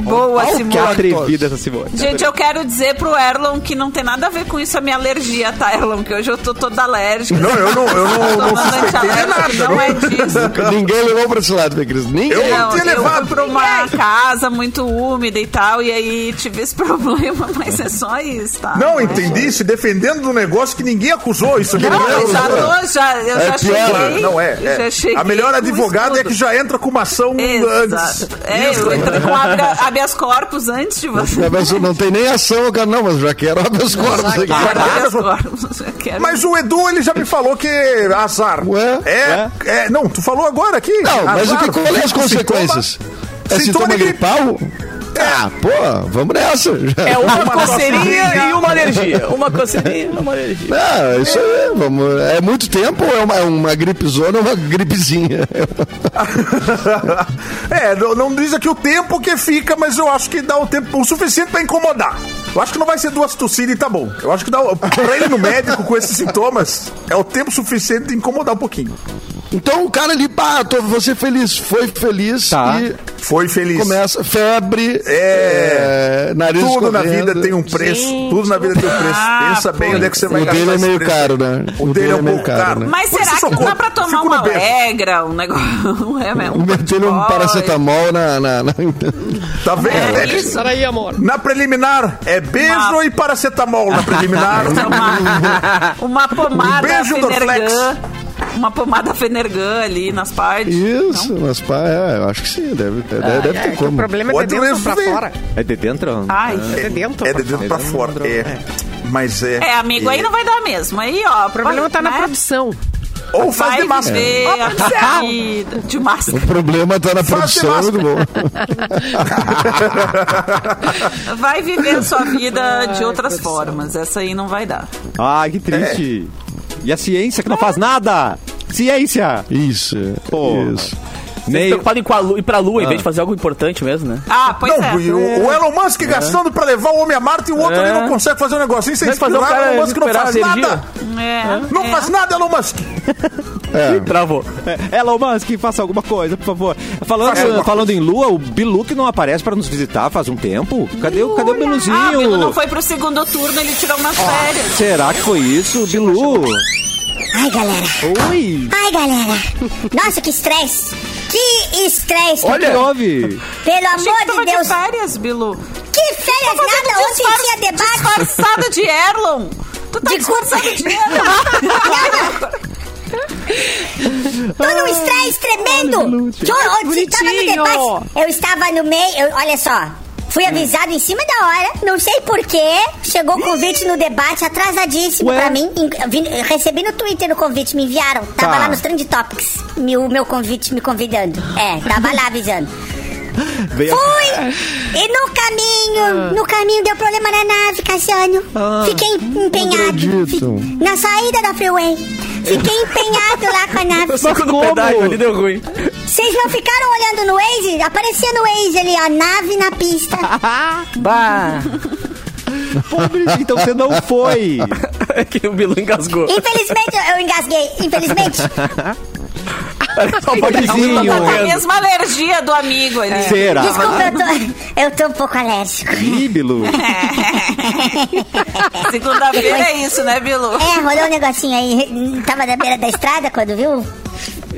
Boa, Que Simone. atrevida essa Simone. Gente, eu quero dizer pro Erlon que não tem nada a ver com isso a minha alergia, tá, Erlon? Que hoje eu tô toda alérgica. Não, eu não, eu não, não Tomando suspeitei de antialérgico, Não nada. não. é disso. Ninguém levou pra esse lado, minha querida. Ninguém. Eu não Não, eu tinha fui levado. É. pra uma casa muito úmida e tal, e aí tive esse problema, mas é só isso, tá? Não, entendi. Se defendendo do negócio que ninguém acusou. Isso aqui Não, é eu já Ah, tá, tô, já, eu É já pior, cheguei. Não é. eu é. já cheguei A melhor com advogada é estudo. que já entra com uma ação antes. Exato. É, eu entrei com habea- habeas corpus antes de você. A pessoa Não tem nem ação, o cara. Não, mas já quero abrir os corpos aqui. Cara, Tá, habeas corpus. eu quero- Mas o Edu, ele já me falou que é azar. Ué? É, é, não, tu falou agora aqui. Não, mas o Azar. que, qual é as Sintoma- consequências? É sintoma sintoma de gripe. É. gripal? Ah, pô, vamos nessa. É uma Uma coceirinha tosse. e uma alergia. Uma coceirinha e uma alergia. Ah, isso aí, vamos. É muito tempo ou é uma, uma gripezona ou uma gripezinha? é, não, não diz aqui o tempo que fica, mas eu acho que dá o tempo o suficiente pra incomodar. Eu acho que não vai ser duas tossidas e tá bom. Eu acho que dá o- pra ir no médico com esses sintomas é o tempo suficiente de incomodar um pouquinho. Então o cara ali, pá, tô, você feliz, foi feliz Tá. e Foi feliz. começa febre, É. é, nariz Tudo na escorrendo. vida tem um preço. Tudo na vida tem um preço. Ah, Pensa bem onde é que você vai O dele gastar é esse meio preço. caro, né? O, dele é um meio pouco caro. né? Mas Por será isso que não socorro. dá pra tomar Fico no uma berço. Allegra, um negócio... Um remédio, um Metendo é um Particol? paracetamol na. na, na... Tá vendo? É É- isso. aí, amor. Na preliminar é beijo Uma- e paracetamol na preliminar. Uma, uma pomada beijo do Flex. Fenergan. Uma pomada Fenergan ali nas partes. Isso, mas pá, é, eu acho que sim, deve, deve, deve ter O como. problema é Pode de dentro pra resolver. fora. É de dentro? Ai. É de dentro. é pra de dentro pra fora. É. Mas é. É, amigo, aí não vai dar mesmo. Aí, ó. O O problema tá na né? produção. É. Ou faz Vai de máscara. viver Ó, a produção. vida de máscara. O problema tá na produção, é muito máscara. bom. Vai viver a sua vida de outras formas. Essa aí não vai dar. Ai, Ah, que triste. E a ciência que não faz nada. Ciência. Isso, é, Pô. isso. Nem... Preocupado em ir com a lua- ir pra lua em vez de fazer algo importante mesmo, né? Ah, pois Não, é. o, o Elon Musk gastando pra levar o homem a Marte e o outro É. ali não consegue fazer um negócio. Isso é Vai fazer o inspirar, cara o Elon Musk não recuperar faz a energia. nada. É, Não é. faz nada, Elon Musk. Travou. É, Elon Musk, faça alguma coisa, por favor. Falando, Faça alguma falando em Lua, o Bilu que não aparece pra nos visitar faz um tempo. Cadê, o- cadê o Biluzinho? Ah, o Bilu não foi pro segundo turno, ele tirou umas férias. Será que foi isso, Bilu? Ai, galera. Oi, Ai, galera. Nossa, que estresse. Que estresse. o que que houve? Pelo Achei que amor tava de de Deus. férias, Bilu. que férias nada. Ontem disfarce- tinha debate. Disfarçado de Erlon. Tu tá disfarçado de Erlon. Tô num um estresse tremendo. Que tá eu, ontem tava no Bonitinho. debate. Eu estava no meio. eu- olha só. Hum. Fui avisado em cima da hora, não sei porquê. Chegou o convite no debate atrasadíssimo Ué? pra mim. Em- vi- recebi no Twitter o convite, me enviaram. Tava Tá. lá nos Trend Topics, me- o meu convite me convidando. É, tava lá avisando. Veio Ah. Fui! E no caminho, no caminho deu problema na nave, Cassiano. Fiquei empenhado. acredito. Fi- na saída da freeway. Fiquei empenhado lá com a nave. Só que no pedágio ali deu ruim. Vocês não ficaram olhando no Waze? Aparecia no Waze ali, a nave na pista. pobre, então você não foi. É que o Bilu engasgou. Infelizmente, eu- eu engasguei. Infelizmente. Só um Tadinho. pouquinho. Tá com a mesma alergia do amigo ali. É. Será? Desculpa, eu tô, eu tô um pouco alérgico. Ih, Bilu. Segunda-feira é isso, né, Bilu? É, rolou um negocinho aí. Tava na beira da estrada quando viu.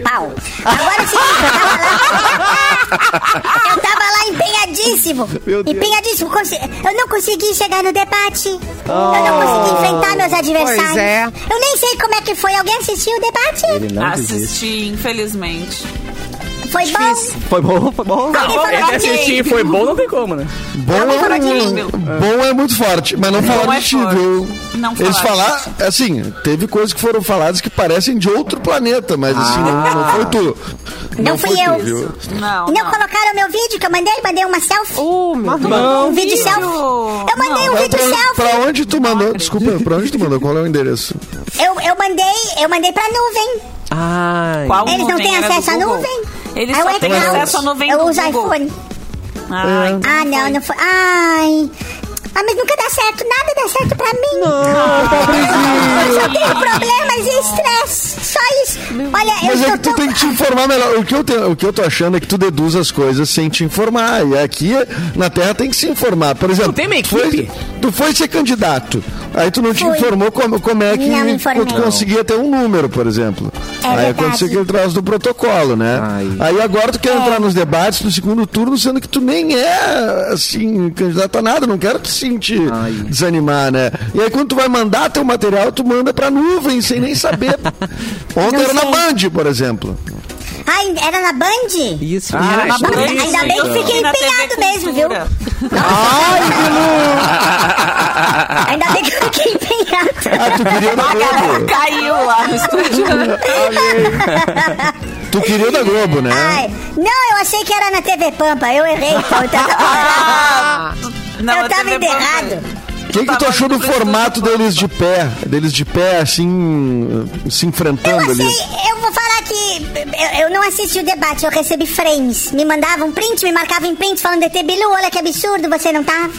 Pau. Agora é o seguinte, eu tava lá. Eu tava lá empenhadíssimo. Meu Deus. Empenhadíssimo. Conse- Eu não consegui chegar no debate. Eu não consegui enfrentar meus adversários. Pois é. Eu nem sei como é que foi. Alguém assistiu o debate? Assisti, infelizmente. Foi bom? Foi bom, foi bom. Alguém Bom, falou Ele de mim? assistir e foi bom, não tem como, né? Bom é, falar de mim, um- meu. bom é muito forte, mas não falar é de ti, forte. viu? Não Eles falar de falaram, assim, teve coisas que foram faladas que parecem de outro planeta, mas assim, não, não foi tu. Não fui eu. Não. Não é? colocaram meu vídeo que eu mandei? Mandei uma selfie? Uh, meu Deus. um não. vídeo Vídeo. selfie? Eu Não. mandei é um Pra, vídeo pra, selfie. pra onde tu mandou? Desculpa, pra onde tu mandou? Qual é o endereço? Eu, eu mandei, eu mandei pra nuvem. Ai. Qual Eles não um nuvem? têm Era acesso do à Google. nuvem. Eles Aí só eu têm entro lá, acesso à nuvem do Eu uso Google. iPhone. Ah, então Ah, não, não foi. Ai. Ah, mas nunca dá certo, nada dá certo pra mim. Eu só tenho problemas e estresse. Só país. Olha, eu Mas é sou que tu tão... tem que te informar melhor. O que, eu tenho, o que eu tô achando é que tu deduz as coisas sem te informar. E aqui na Terra tem que se informar. Por exemplo, tem uma foi- equipe? tu foi ser candidato. Aí tu não te Fui. informou como, como é que Não me informei. tu conseguia ter um número, por exemplo. É Aí verdade. aconteceu aquele troço do protocolo, né? Ai. Aí agora tu quer entrar nos debates no segundo turno, sendo que tu nem é, assim, candidato a nada. Não quero te sentir Ai. desanimar, né? E aí quando tu vai mandar teu material, tu manda pra nuvem, sem nem saber. Ontem Não era na sei. Band, por exemplo. Ai, era na Band? Isso, Ah, Mas isso. ainda Isso, bem que fiquei na TV empenhado mesmo, viu? Cultura. Ainda bem que fiquei empenhado. Ah, tu queria da A galera Globo. caiu lá no estúdio. Tu queria da Globo, né? Ai, não, eu achei que era na TV Pampa. Eu errei. Então, eu tava, Ah, não, eu tava TV indo errado. O que, que tu achou do formato deles de pé? Deles de pé, assim, se Eu enfrentando ali. achei, eu vou falar que eu, eu não assisti o debate, eu recebi frames. Me mandavam um print, me marcavam em print falando DT Bilu, olha que absurdo, você não tá.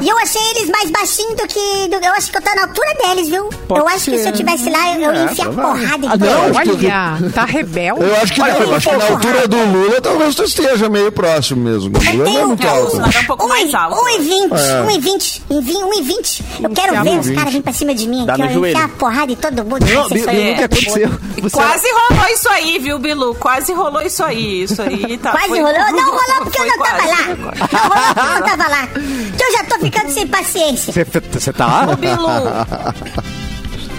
E eu achei eles mais baixinho do que. do- eu acho que eu tô na altura deles, viu? eu acho que se eu tivesse lá, eu, eu ia enfiar porrada em todo não, mundo. Olha, tá rebelde. Eu acho que não, eu acho que na altura do Lula talvez tu esteja meio próximo mesmo. O Lula não é tenho- muito Não, alto. Não, era um pouco mais alto. 1,20, É. 1,20, 1,20. Eu é quero um ver os caras virem pra cima de mim Dá aqui, no ó, eu enfiar joelho. porrada em todo mundo. é Não, Vocês Bilu, o são é que aconteceu? Você- Quase rolou isso aí, viu, Bilu? Quase rolou isso aí. Isso aí tá. Quase foi- rolou? Não rolou porque eu foi não tava quase. lá. Não rolou porque eu não tava lá. Que eu já tô ficando sem paciência. Você tá? Ô, Bilu.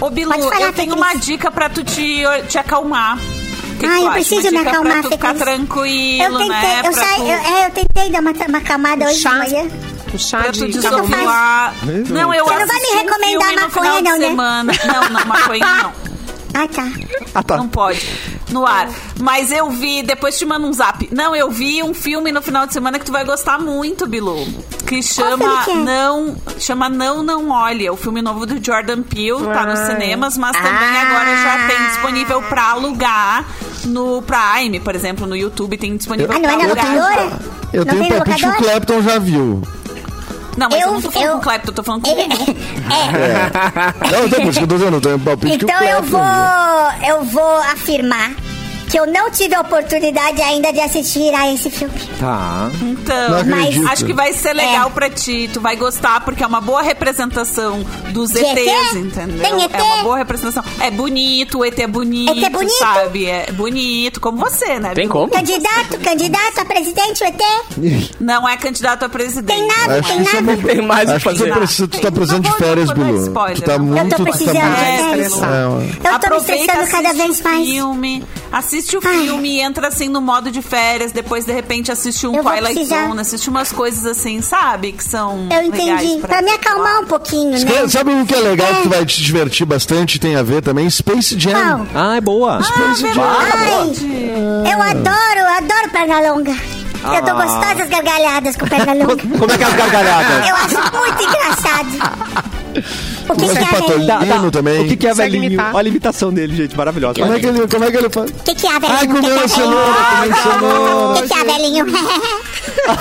Ô, Bilu, Pode falar, eu tenho uma Fecris. dica pra tu te, te acalmar. O Que Ai, tu eu acha? preciso uma me dica acalmar, pra tu ficar Fecris. tranquilo, Eu tentei, né? eu, pra saí, tu... eu, é, eu tentei dar uma, uma camada hoje Chá. de manhã. O chá Pra de tu eu faço? desopilar. Não, eu Você não vai me assisti um recomendar filme no final de maconha, não, né? semana. Não, não, maconha não. Ah, tá. Não pode. No ar. Mas eu vi, depois te mando um zap. Não, eu vi um filme no final de semana que tu vai gostar muito, Bilu. Que chama filme que é? Não. Chama Não Não Olha. O filme novo do Jordan Peele, tá nos cinemas, mas também Ah. agora já tem disponível pra alugar no Prime, por exemplo, no YouTube tem disponível Ah, não pra é na Eu alugar. tenho- locadora? Eu não tenho tem palpite que o locadora? Clapton já viu. Não, mas eu, Eu- não tô falando eu- com o Clepto, eu tô falando com Ele- o Bilu. é. Não, então, por isso que eu tô dizendo, eu tenho palpite que o Então Clapton eu vou, viu. eu vou afirmar que eu não tive a oportunidade ainda de assistir a esse filme. Tá. Então, Não acredito. acho que vai ser legal É. pra ti. Tu vai gostar, porque é uma boa representação dos De ETs, ET? entendeu? Tem ET? É uma boa representação. É bonito, o ET é bonito, ET é bonito? sabe? É bonito, como você, né? Tem como? Candidato, candidato a presidente, o ET? Não é candidato a presidente. Tem nada, Acho tem que isso é nada. uma- Tem mais o que Acho que tu fazer. tá precisando- tu tá precisando de Não vou- férias, não vou dar Bilu. spoiler, Tu tá não. Eu né? tô muito... tu tá precisando muito de férias. estressado. É, Eu tô me Aproveita, estressando cada assiste vez o mais. Filme, assiste o Ai. filme e entra assim no modo de férias. Depois, de repente, assiste um Eu vou Twilight precisar. Zone, assiste umas coisas assim, sabe? Que são. Eu legais entendi. pra Pra me ti. acalmar um pouquinho, né? Esque- Sabe o que é legal que tu É. vai te divertir bastante tem a ver também? Space Jam. Não. Ah, é boa. Space Ai, Ah, eu Ah. adoro, eu adoro perna longa. Eu Ah. dou gostosas gargalhadas com perna longa. Como é que é as gargalhadas? Eu acho muito engraçado. O que, Mas o que é, Patolino velhinho? também. O que, que é Consegue velhinho? imitar. Olha a imitação dele, gente, maravilhosa. Como é que ele, como é que ele faz? O que, que é, velhinho? Ai, O que, que comeu é, a velhinho? cenoura, comeu a O cenoura. que, que é, velhinho?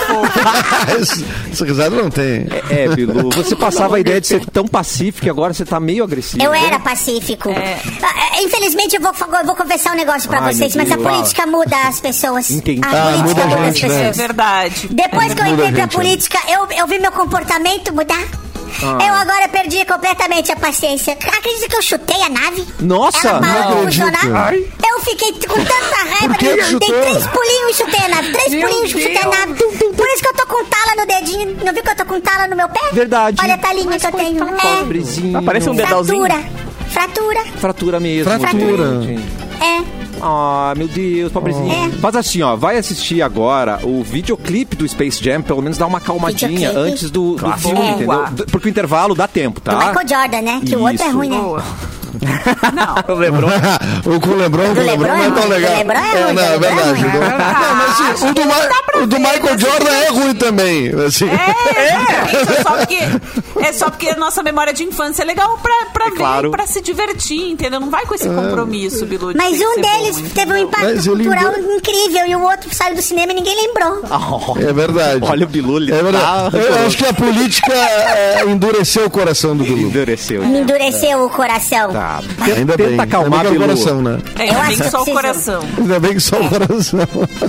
Esse- é Essa risada não tem. É, Bilu, você passava a ideia de ser tão pacífico e agora você tá meio agressivo. Eu né? era pacífico. Ah, ah, Infelizmente, eu vou, eu vou confessar um negócio pra Ai, vocês, meu mas a Deus. política muda as pessoas. Entendi. A Ah, política muda a as gente, né? pessoas. É verdade. Depois que Muda eu a entrei pra gente, né? política, eu, eu vi meu comportamento mudar. Ah. Eu agora perdi completamente a paciência. Acredita que eu chutei a nave? Nossa, Ela parou não de funcionar. acredito. Ai. Eu fiquei com tanta raiva Por que que eu que dei chutou? três pulinhos e chutei a nave. Três pulinhos e chutei a nave. Por isso que eu tô com tala no dedinho. Não viu que eu tô com tala no meu pé? Verdade. Olha a talinha que eu tenho. É. Pobrezinho. Ah, parece um dedo. Pedalzinho. Fratura. Fratura. Fratura mesmo. Fratura. gente. É. Ah, meu Deus, pobrezinho. É. Faz assim, ó. Vai assistir agora o videoclipe do Space Jam, pelo menos dá uma calmadinha Videoclipe. antes do, do filme, É. entendeu? D- Porque o intervalo dá tempo, Do tá? Michael Jordan, né? Que o outro é Isso. ruim, né? Lembrou? o com o Lebron, o com o Lebron Lebron não é é tão ruim, legal. o Lebron é não, ruim, o é Lebron é verdade. ruim. Não, mas assim, o do, Ma- o do Michael Jordan é ruim também. Assim. É, exatamente. é. Só porque, é só porque a nossa memória de infância é legal pra, pra ver, claro. pra se divertir, entendeu? Não vai com esse Ah. compromisso, Bilu. de ter Mas que um ser deles bom, teve um impacto Mas ele cultural incrível e o outro saiu do cinema e ninguém lembrou. É verdade. Olha o Bilu, ele É tá... verdade. Eu acho que a política é, endureceu o coração do Bilu. Endureceu. Me endureceu o Tá. coração. tá. Tenta, Ainda bem. tenta acalmar, Ainda bem que é o Bilu. coração, né? É, eu acho bem que que é só o possível. coração. Ainda bem que só o coração.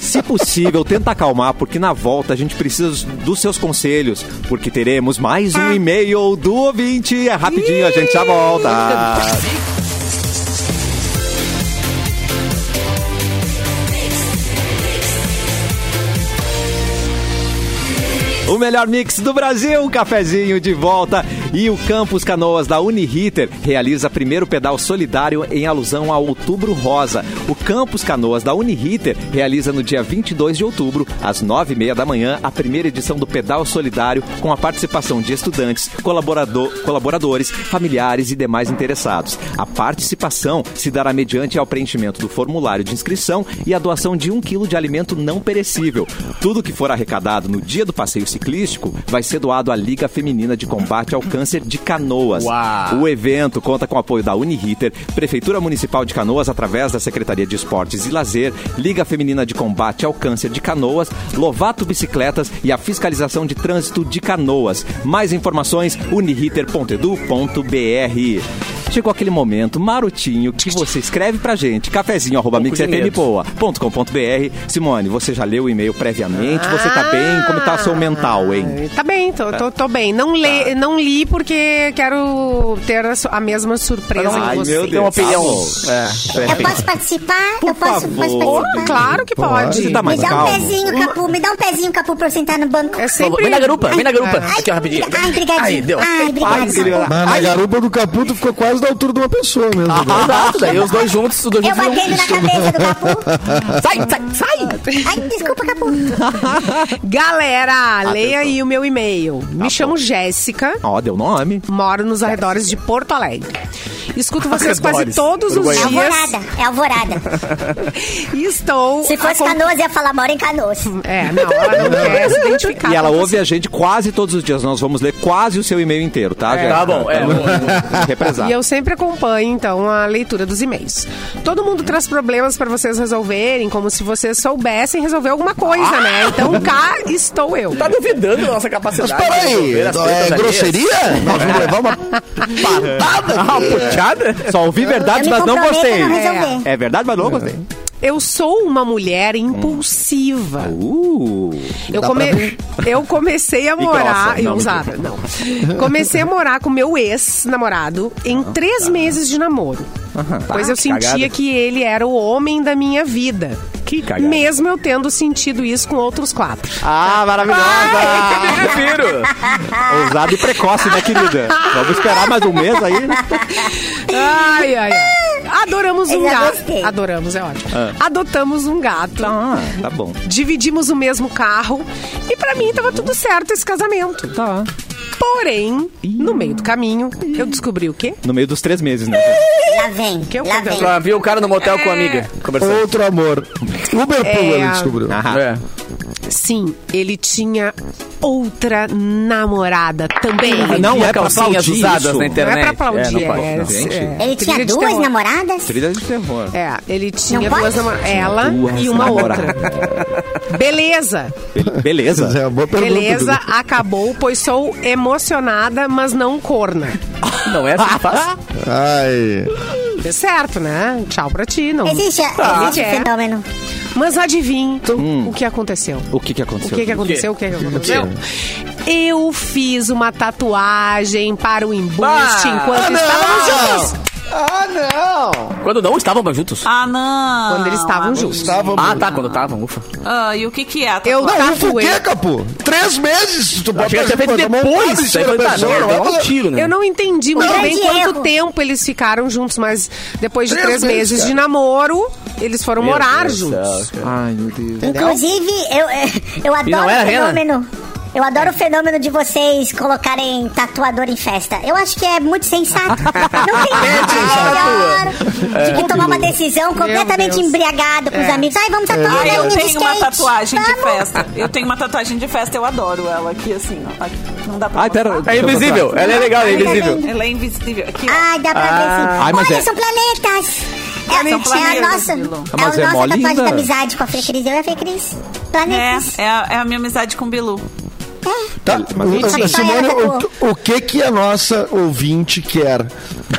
Se possível, tenta acalmar, porque na volta a gente precisa dos seus conselhos, porque teremos mais um e-mail do ouvinte. É rapidinho, a gente já volta. O melhor mix do Brasil, um cafezinho de volta. E o Campus Canoas da Uniriter realiza primeiro pedal solidário em alusão ao Outubro Rosa. O Campus Canoas da Uniriter realiza no dia 22 de outubro, às 9h30 da manhã, a primeira edição do Pedal Solidário com a participação de estudantes, colaborador- colaboradores, familiares e demais interessados. A participação se dará mediante ao preenchimento do formulário de inscrição e a doação de um quilo de alimento não perecível. Tudo que for arrecadado no dia do passeio ciclístico vai ser doado à Liga Feminina de Combate ao Câncer de Canoas. O evento conta com o apoio da Uniriter, Prefeitura Municipal de Canoas, através da Secretaria de Esportes e Lazer, Liga Feminina de Combate ao Câncer de Canoas, Lovato Bicicletas e a Fiscalização de Trânsito de Canoas. Mais informações, uniriter.edu.br. Chegou aquele momento marotinho que você escreve pra gente, cafezinho.mixfmboa.com.br. Simone, você já leu o e-mail previamente? Você tá bem? Como tá o seu mental, hein? Ah. Tá. Tá bem, tô, tô, tô bem. Não, lê, não li porque quero ter a, su- a mesma surpresa que você. Tá Tem uma opinião. É. Eu posso participar? eu posso, posso favor. participar? Claro que pode. Você tá Me mais dá um calmo? pezinho, Capu. Me dá um pezinho, Capu, pra eu sentar no banco. É sempre... Vem na garupa, vem na garupa. Ai, Aqui, ó, rapidinho. Ai, obrigadinho. Aí, deu. Ai, obrigado. Capu. Mas na garupa do Caputo ficou quase da altura de uma pessoa mesmo. né? Exato, daí os dois juntos, os dois Eu juntos. batendo na cabeça do Capu. Sai, sai, sai! Ai, desculpa, Capu. Galera, leia aí o meu Tá e-mail. Me chamo Jéssica. Ó, deu nome. Moro nos arredores de Porto Alegre. Escuto vocês quase Arredores. todos os É dias alvorada. É alvorada. e estou. Se fosse acom- canoas, ia falar, mora em canoas. É, não, ela não quer se identificar. E ela com ouve a gente quase todos os dias. Nós vamos ler quase o seu e-mail inteiro, tá, É, Jéssica? tá bom, é, Tá boa, boa. Represar. E eu sempre acompanho, então, a leitura dos e-mails. Todo mundo traz problemas pra vocês resolverem, como se vocês soubessem resolver alguma coisa, Ah! né? Então cá estou eu. Tá duvidando da nossa capacidade. Mas peraí, de resolver as tretas é alheias? grosseria? Nós vamos levar uma patada Ah, aqui. puxada? Só ouvi Eu verdades, me mas não comprometo gostei. a não resolver. É verdade, mas não gostei. Eu sou uma mulher impulsiva. Uh, Eu, Dá come- pra- eu comecei a grossa, morar. não, e ousada, não. Comecei a morar com meu ex-namorado em Ah, três meses de namoro. Pois eu tá. que sentia cagada. que ele era o homem da minha vida. que cagada. Mesmo eu tendo sentido isso com outros quatro. Ah, maravilhosa! Prefiro! Ousado e precoce, né, querida? Vamos esperar mais um mês aí. Ai, ai, ai. Adoramos um Eu já gato. gostei. Adoramos, é ótimo. Adotamos um gato. Ah, tá bom. Dividimos o mesmo carro. E pra mim tava tudo certo esse casamento. Tá. Porém, no meio do caminho, eu descobri o quê? No meio dos três meses, né? Lá vem. Que eu lá quero vem. Pra ver o cara no motel com a amiga, É. conversando. Outro amor. Uber Pool, ele descobriu. É. Sim, ele tinha outra namorada também. Não Via é pra calcinhas aplaudir usadas isso. na Não internet. é pra aplaudir, É, não pode, é, não. Gente. é- Ele trilha tinha de duas terror. namoradas? Trilha de terror. É, ele tinha Não duas pode? namoradas. Ela duas e uma namoradas. outra. Beleza, Be- Beleza. É uma boa pergunta. beleza, Dudu. acabou, pois sou emocionada, mas não corna. Não é assim que faz? Ai. Deu certo, né? Tchau pra ti, não. Existe, existe É. um fenômeno. Mas adivinha o que aconteceu. O que que O aconteceu? que, que aconteceu? O que, que aconteceu? Eu fiz uma tatuagem para o embuste Ah, enquanto estávamos juntos. Quando não estavam mais juntos. Ah, não. Quando eles estavam juntos. Tava Ah, tá, quando estavam, ufa. Ah, e o que que é? a Eu tatuagem? Não, ufa o tatuei. quê, Capu? Três meses? Tu Achei que tinha feito depois. Daí foi, tá, não, não, é um tiro, né? Eu não entendi muito grande bem quanto erro. tempo eles ficaram juntos, mas depois de Três três meses, meses cara. de namoro, eles foram Meu morar Deus do juntos. céu, cara. Ai, meu Deus. Inclusive, eu, eh, eu adoro não o era Rena? fenômeno. Eu adoro o fenômeno de vocês colocarem tatuador em festa. Eu acho que é muito sensato. Não tem nada melhor do que tomar uma decisão completamente Deus. embriagado com os amigos. Ai, vamos tatuar Ah, eu menino de tenho uma skate. tatuagem de Vamos. festa. Eu tenho uma tatuagem de festa, eu adoro ela aqui, assim, ó. Aqui. Não dá pra Ai, pera. mostrar. É invisível, ela é legal, é invisível. Ela é invisível. Aqui, ó. Ai, dá pra ver sim. Ai, mas Olha, é- são planetas. Planetas, É, é a nossa, é Danilo. o Mas é mó nosso tatuagem linda. da amizade com a Fecris. Eu e a Fecris. Planetas. É, é a, é a minha amizade com o Bilu. Tá, mas ele- o- Simone, Essa história acabou. o, o que que a nossa ouvinte quer?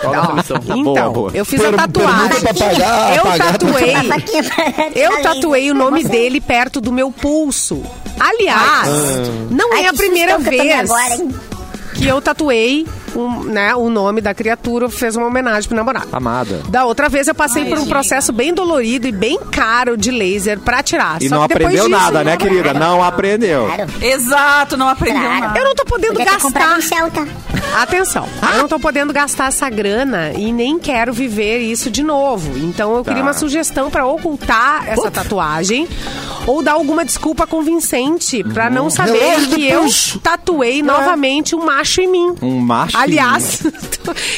Qual é a missão? Então, boa, boa. eu fiz a Per- tatuagem. Pergunta pra pagar, Eu pagar- tatuei. A faquinha pra- Eu pra- tatuei o nome dele perto do meu pulso. Aliás, não Ah. Ai, é a que primeira sustão que eu tomei vez agora, hein? que eu tatuei um, né, o nome da criatura, fez uma homenagem pro namorado. Amada. Da outra vez eu passei por um processo bem dolorido e bem caro de laser pra tirar. E Só não que depois aprendeu disso, nada, né, querida? Não aprendeu. Claro, Exato, não aprendeu Claro. nada. Eu não tô podendo podia ter comprado gastar. um Celta. Atenção, eu não tô podendo gastar essa grana e nem quero viver isso de novo. Então eu Tá. queria uma sugestão pra ocultar essa tatuagem ou dar alguma desculpa convincente pra não saber Uhum. Relógio do que eu pulso. É. tatuei novamente um macho em mim. Um macho em Aliás,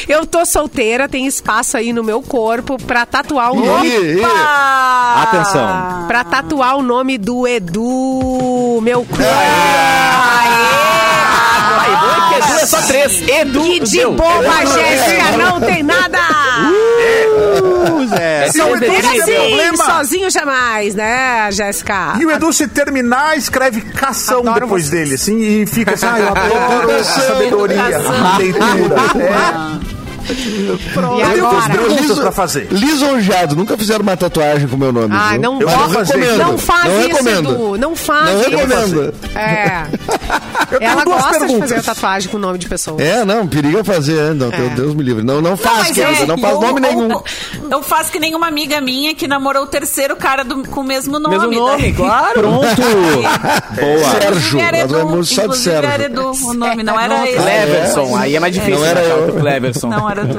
eu tô solteira, tem espaço aí no meu corpo pra tatuar o nome Ah! Ih, ih, Atenção. Pra tatuar o nome do Edu, meu É. cu. Aí, bom, é que Edu é só três. Edu, Que de deu. boba, Jéssica, não tem nada! É, Se o Edu Era tiver assim, problema. sozinho jamais, né, Jéssica? E o Edu, se terminar, escreve cação Adoro depois vocês. dele, assim, e fica assim, ah, eu adoro essa sabedoria, leitura. É, E eu tenho outras agora? perguntas pra fazer. Lisonjado, nunca fizeram uma tatuagem com o meu nome. Ah, viu? não, Eu não, vou fazer. recomendo. não faz Não isso, recomendo. Edu. Não faz Não isso. recomendo. É. Eu tenho Ela duas gosta de perguntas. fazer tatuagem com o nome de pessoa. É, não, periga fazer, não, teu Deus me livre. Não, não faz, mas querida, é, Tá, não faz eu- nome eu- nenhum. Eu faço que nenhuma amiga minha que namorou o terceiro cara do- com o mesmo nome. né? Mesmo nome, daí- claro. Pronto. É. Boa. Sérgio, Era nós Edu, vamos só de inclusive era Sérgio. Edu o nome, não era ele. Cleverson, aí é mais difícil. Não era né, eu. o Cleverson. Não era tu.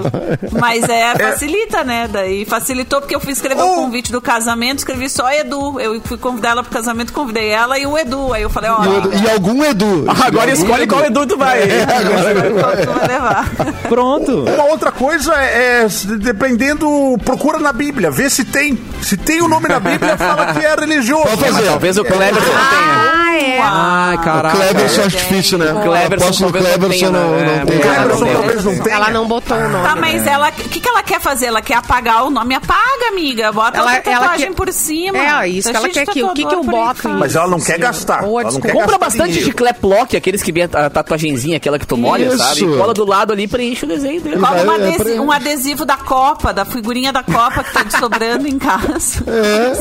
Mas é, facilita, né? Daí facilitou porque eu fui escrever Oh. o convite do casamento, escrevi só Edu. Eu fui convidar ela pro casamento, convidei ela e o Edu. Aí eu falei, ó, E o Edu- E algum Edu. Agora escolhe qual Edu tu vai. É. qual tu vai levar. Pronto. Uma outra coisa é, é, se- dependendo, procura na Bíblia, vê se tem. Se tem o nome na Bíblia, fala que é religioso. Pode Ah. fazer. Talvez o Cleverson não tenha. Ah, é. Ai, caraca. Cleberson é difícil, né? O Cleverson Aposto no talvez não Cleberson tenha, não, né? não É, tem. o Cleverson Cleberson. talvez não tenha. Ela não botou o nome. Tá, mas ela. O que, que ela quer fazer? Ela quer apagar o nome? Apaga, amiga. Bota Ela- ela, ela tatuagem quer- por cima. É, isso que ela cheio de quer aqui. O que é um que eu tatuador por aí boto que faz. em- Mas ela não quer gastar. Ou a Ela não desculpa. quer Compra Compra gastar bastante dinheiro. chiclete block, aqueles que vem a a tatuagenzinha, aquela que tu molha, Isso. sabe? E cola do lado ali, preenche o desenho dele. Cola um, Vai, é adesi- pra- um adesivo da Copa, da figurinha da Copa que tá te sobrando em casa.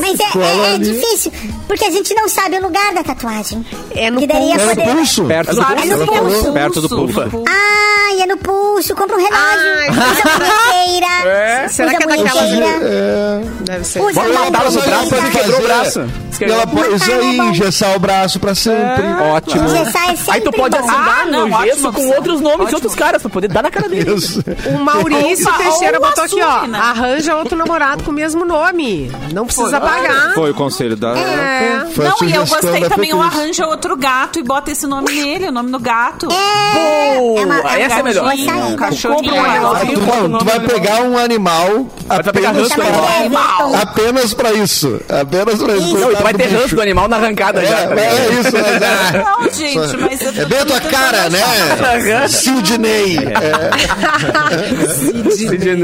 Mas é, Cola é- é ali. difícil, porque a gente não sabe o lugar da tatuagem. É no que daí ia É no poder... pulso? Perto do Sabe? é pulso. ela falou. Perto do pulso. Ah, ia no pulso, compra um Ai, relógio, usa munhequeira, Será usa que é daquelas- munhequeira, é, Deve ser. usa Bota uma uma tala no braço, bolsa, pode quebrou o braço. Ela pode, isso aí, engessar o braço pra sempre. Ótimo. Engessar é sempre Aí tu pode assim, bom. assinar Ah, não, no ótima gesso com opção. outros nomes de Ótima outros caras, pra poder dar na cara dele. Isso. O Maurício Ou uma- Teixeira ou uma botou aqui, ó. sua, né? Arranja outro namorado com o mesmo nome. Não precisa pagar. Foi o conselho da. É. Foi a não, e eu sugestão gostei da também, o Fecris. arranja outro gato e bota esse nome nele, o nome do gato. É, é uma, Boa, essa é uma melhor. boa Um saída. cachorrinho, Compra um um negócio. Ah, Tu, não, tu vai pegar um animal vai pegar apenas é, ranço então, do pra- animal. Everton. Apenas pra isso. Apenas pra isso. Não, e tu vai ter ranço do animal na arrancada É, já. tá é, ligado? isso. é, é. Não, gente, mas eu tô É bem a tua tentando cara, achar. né? Sidney.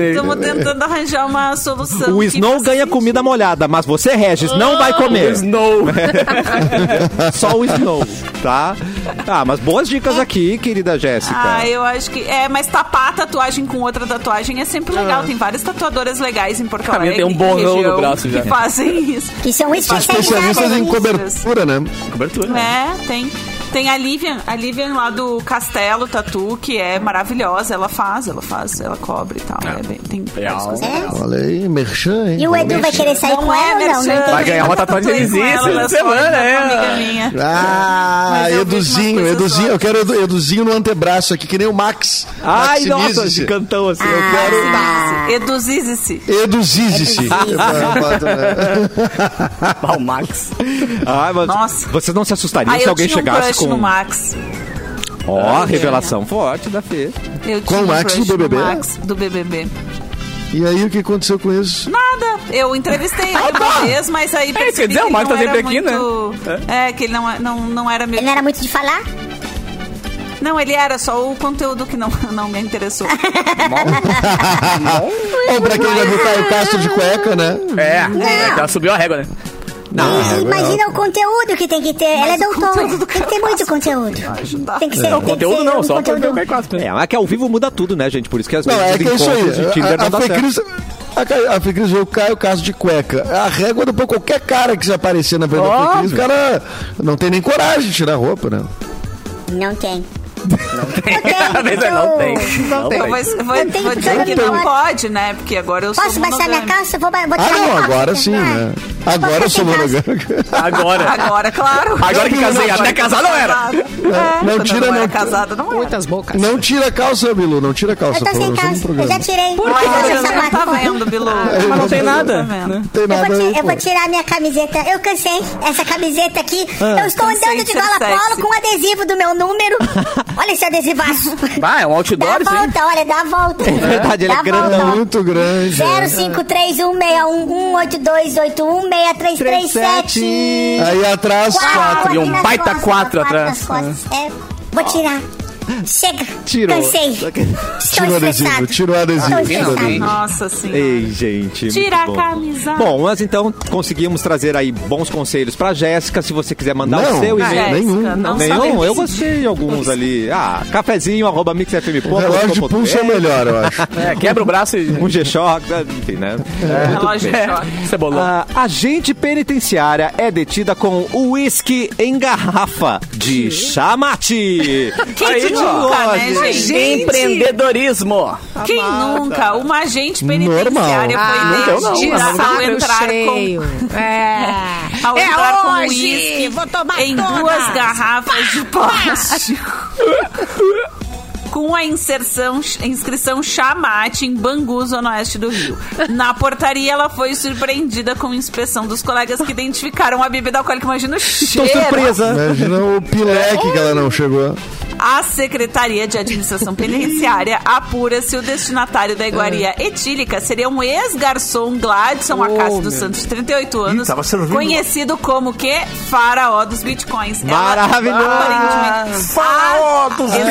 É. Estamos tentando arranjar uma solução. O que Snow faça ganha sentido. comida molhada, mas você, Regis, não vai comer. Snow. Só o Snow, tá? Ah, mas boas dicas aqui, querida Jéssica. Ah, eu acho que. É, mas tapar a tatuagem com outra tatuagem é sempre legal. Tem várias tatuadoras legais em Porto A Ah. minha Alegre. tem um e borrão região no braço já. Que fazem isso. Que são né? São especialistas em especializadas nisso. cobertura, né? Cobertura. É, tem. Tem a Livian, a Livian lá do Castelo Tatu, que é maravilhosa. Ela faz, ela faz, ela cobre e tal. É bem- tem várias coisas. É? Olha aí, merchan, hein? E o Edu vai querer sair é com ela ou não? né? Não Merchan. entendi. Vai ganhar uma Eu tatuagem tatuei de com Zizi ela, essa ela semana, é. só uma é. amiga minha. Ah, Mas eu vi Eduzinho, umas coisas Eduzinho. Eu quero Edu- Eduzinho no antebraço aqui, que nem o Max. Ai, Maximize-se. nossa, esse cantão assim. Ah, Eduzize-se. É Eduzize-se. É, Ah, o Max. Ai, Ah, mas Nossa. Vocês não se assustariam Aí se eu alguém tinha um chegasse crush com. no Max. Ó, revelação forte da Fê. Eu Com tinha o um Max crush do no BBB? Max do BBB. e aí, o que aconteceu com isso? Nada. Eu entrevistei ele Ah, uma tá. vez, mas aí percebi quer dizer, que o Max ele não tá sempre era aqui, muito... né? É, que ele não, não, não era meu... Ele não era muito de falar? Não, ele era só o conteúdo que não, não me interessou. Bom, pra quem já viu Caio Castro de cueca, né? É, é, que ela subiu a régua, né? Não, E imagina o conteúdo que tem que ter. Ela é doutora. Tem que ter muito conteúdo. Tem que ser. tem que Conteúdo ser não, um só conteúdo- conteúdo. É, mas é que ao vivo muda tudo, né, gente? Por isso que às Não, vezes é os que é isso encontros do aí. Tinder A, a, não dá a certo. Fecris. A, ca- a Fecris veio cai o caso de cueca. É A régua depois qualquer cara que se aparecer na frente da Fecris, o cara não tem nem coragem de tirar a roupa, né? Não tem. Não é, tem. é, Não tem. Não Eu vou, tem. eu vou- Não tem vou dizer que problema. não pode, né? Porque agora eu sou Posso baixar minha monogâmica. calça? Vou ba- vou Ah, tirar minha não, calça. agora sim, né? Agora eu sou Vai. monogâmico. Agora. Agora, claro. Agora que casei, até casar não era. É, Não quando tira, eu não não. era casada, não era. Muitas bocas. Não tira a calça, Bilu, não tira a calça. Eu tô por Tá sem favor, só no calça. Eu um programa. já tirei. Por que Olha o você não sapato. tá vendo, Bilu? Mas não tem nada. né? vendo. Não tem Eu nada vou, aí, ti- eu pô. vou tirar minha camiseta. Eu cansei. Essa camiseta aqui. eu estou Cansei andando de de ser gola sexy. polo com um adesivo do meu número. Olha esse adesivaço. Vai, é um Dá a outdoor, sim. volta, olha, dá a volta. É verdade, ele é grandão. um Muito grande. né? 05316182816337. Aí atrás, e um baita quatro atrás. É. Vou tirar. Chega. Tirou. Cansei. Estou tira o adesivo, estressado. tira o adesivo. Estou tira o adesivo. estressado. Nossa senhora. Ei, gente. muito Tira a bom. camisa. Bom, mas então conseguimos trazer aí bons conselhos pra Jéssica. Se você quiser mandar o Não, seu Jéssica, e-mail. nenhum. não Nenhum, sabe eu decidir. gostei de alguns ali. Ah, cafezinho, arroba mixfm.com. O relógio de pulso é melhor, eu acho. É, quebra o braço e. Um G-Shock, enfim, né? Muito Relógio É. de bem. choque. Cebolão. A agente penitenciária é detida com uísque em garrafa de chamate. Quem nunca, né, gente? Empreendedorismo. Quem nunca? Uma agente penitenciária Ah, foi eu não, de demitida ao saco entrar com cheio. É. ao É entrar com hoje, uísque vou tomar em todas. duas garrafas de plástico. Com a inserção, a inscrição chamate em Bangu, Zona Oeste do Rio. Na portaria, ela foi surpreendida com inspeção dos colegas que identificaram a bebida alcoólica. Imagina o cheiro. Estou surpresa. Imagina o pileque que ela não chegou. A Secretaria de Administração Penitenciária apura se o destinatário da iguaria etílica seria um ex-garçom Gladson Acácio dos Santos, de 38 anos, tava servindo. conhecido como que Faraó dos Bitcoins. Ela, Maravilhoso. aparentemente, Faraó dos Ah, Bitcoins.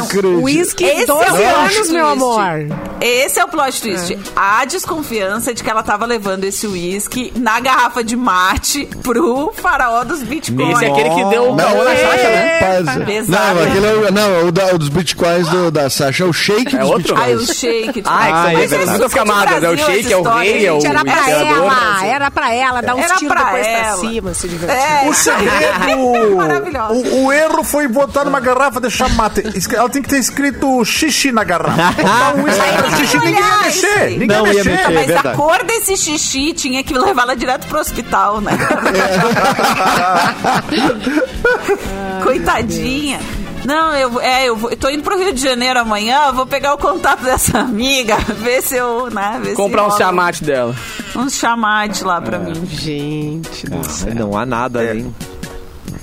Exatamente. Whisky, Esse é 12 o anos, plot meu twist. amor. Esse é o plot twist. Há desconfiança de que ela tava levando esse uísque na garrafa de mate pro Faraó dos Bitcoins. Esse é aquele que deu o Não, é. tá caô na Sasha, né? rapaz. Pesado, Não, né? aquele é o, não, o, da- o dos bitcoins do- da Sasha, é o shake É dos outro? Aí o bitcoins. shake. tipo, Ah, é Ai, que são verdade. as duas camadas. É o Brasil, shake, é o essa rei, é o história, Gente, era pra imperador. ela, era pra ela dar uns Era tiros pra depois pra ela. cima, se divertir. É. O segredo. Maravilhosa. o, o erro foi botar numa garrafa de chamate. Escre- Ela tem que ter escrito xixi na garrafa. Botar um uísque Aí com xixi, ninguém ia olhar mexer. esse. Ninguém Não ia ia É mexer. mexer. Mas verdade. a cor desse xixi tinha que levá-la direto pro hospital, né? Coitadinha. Não, eu, é, eu, vou, eu tô indo pro Rio de Janeiro amanhã, eu vou pegar o contato dessa amiga, ver se eu, né, ver se Comprar um rola chamate dela. Um chamate lá pra mim. Gente do céu. Não há nada, hein?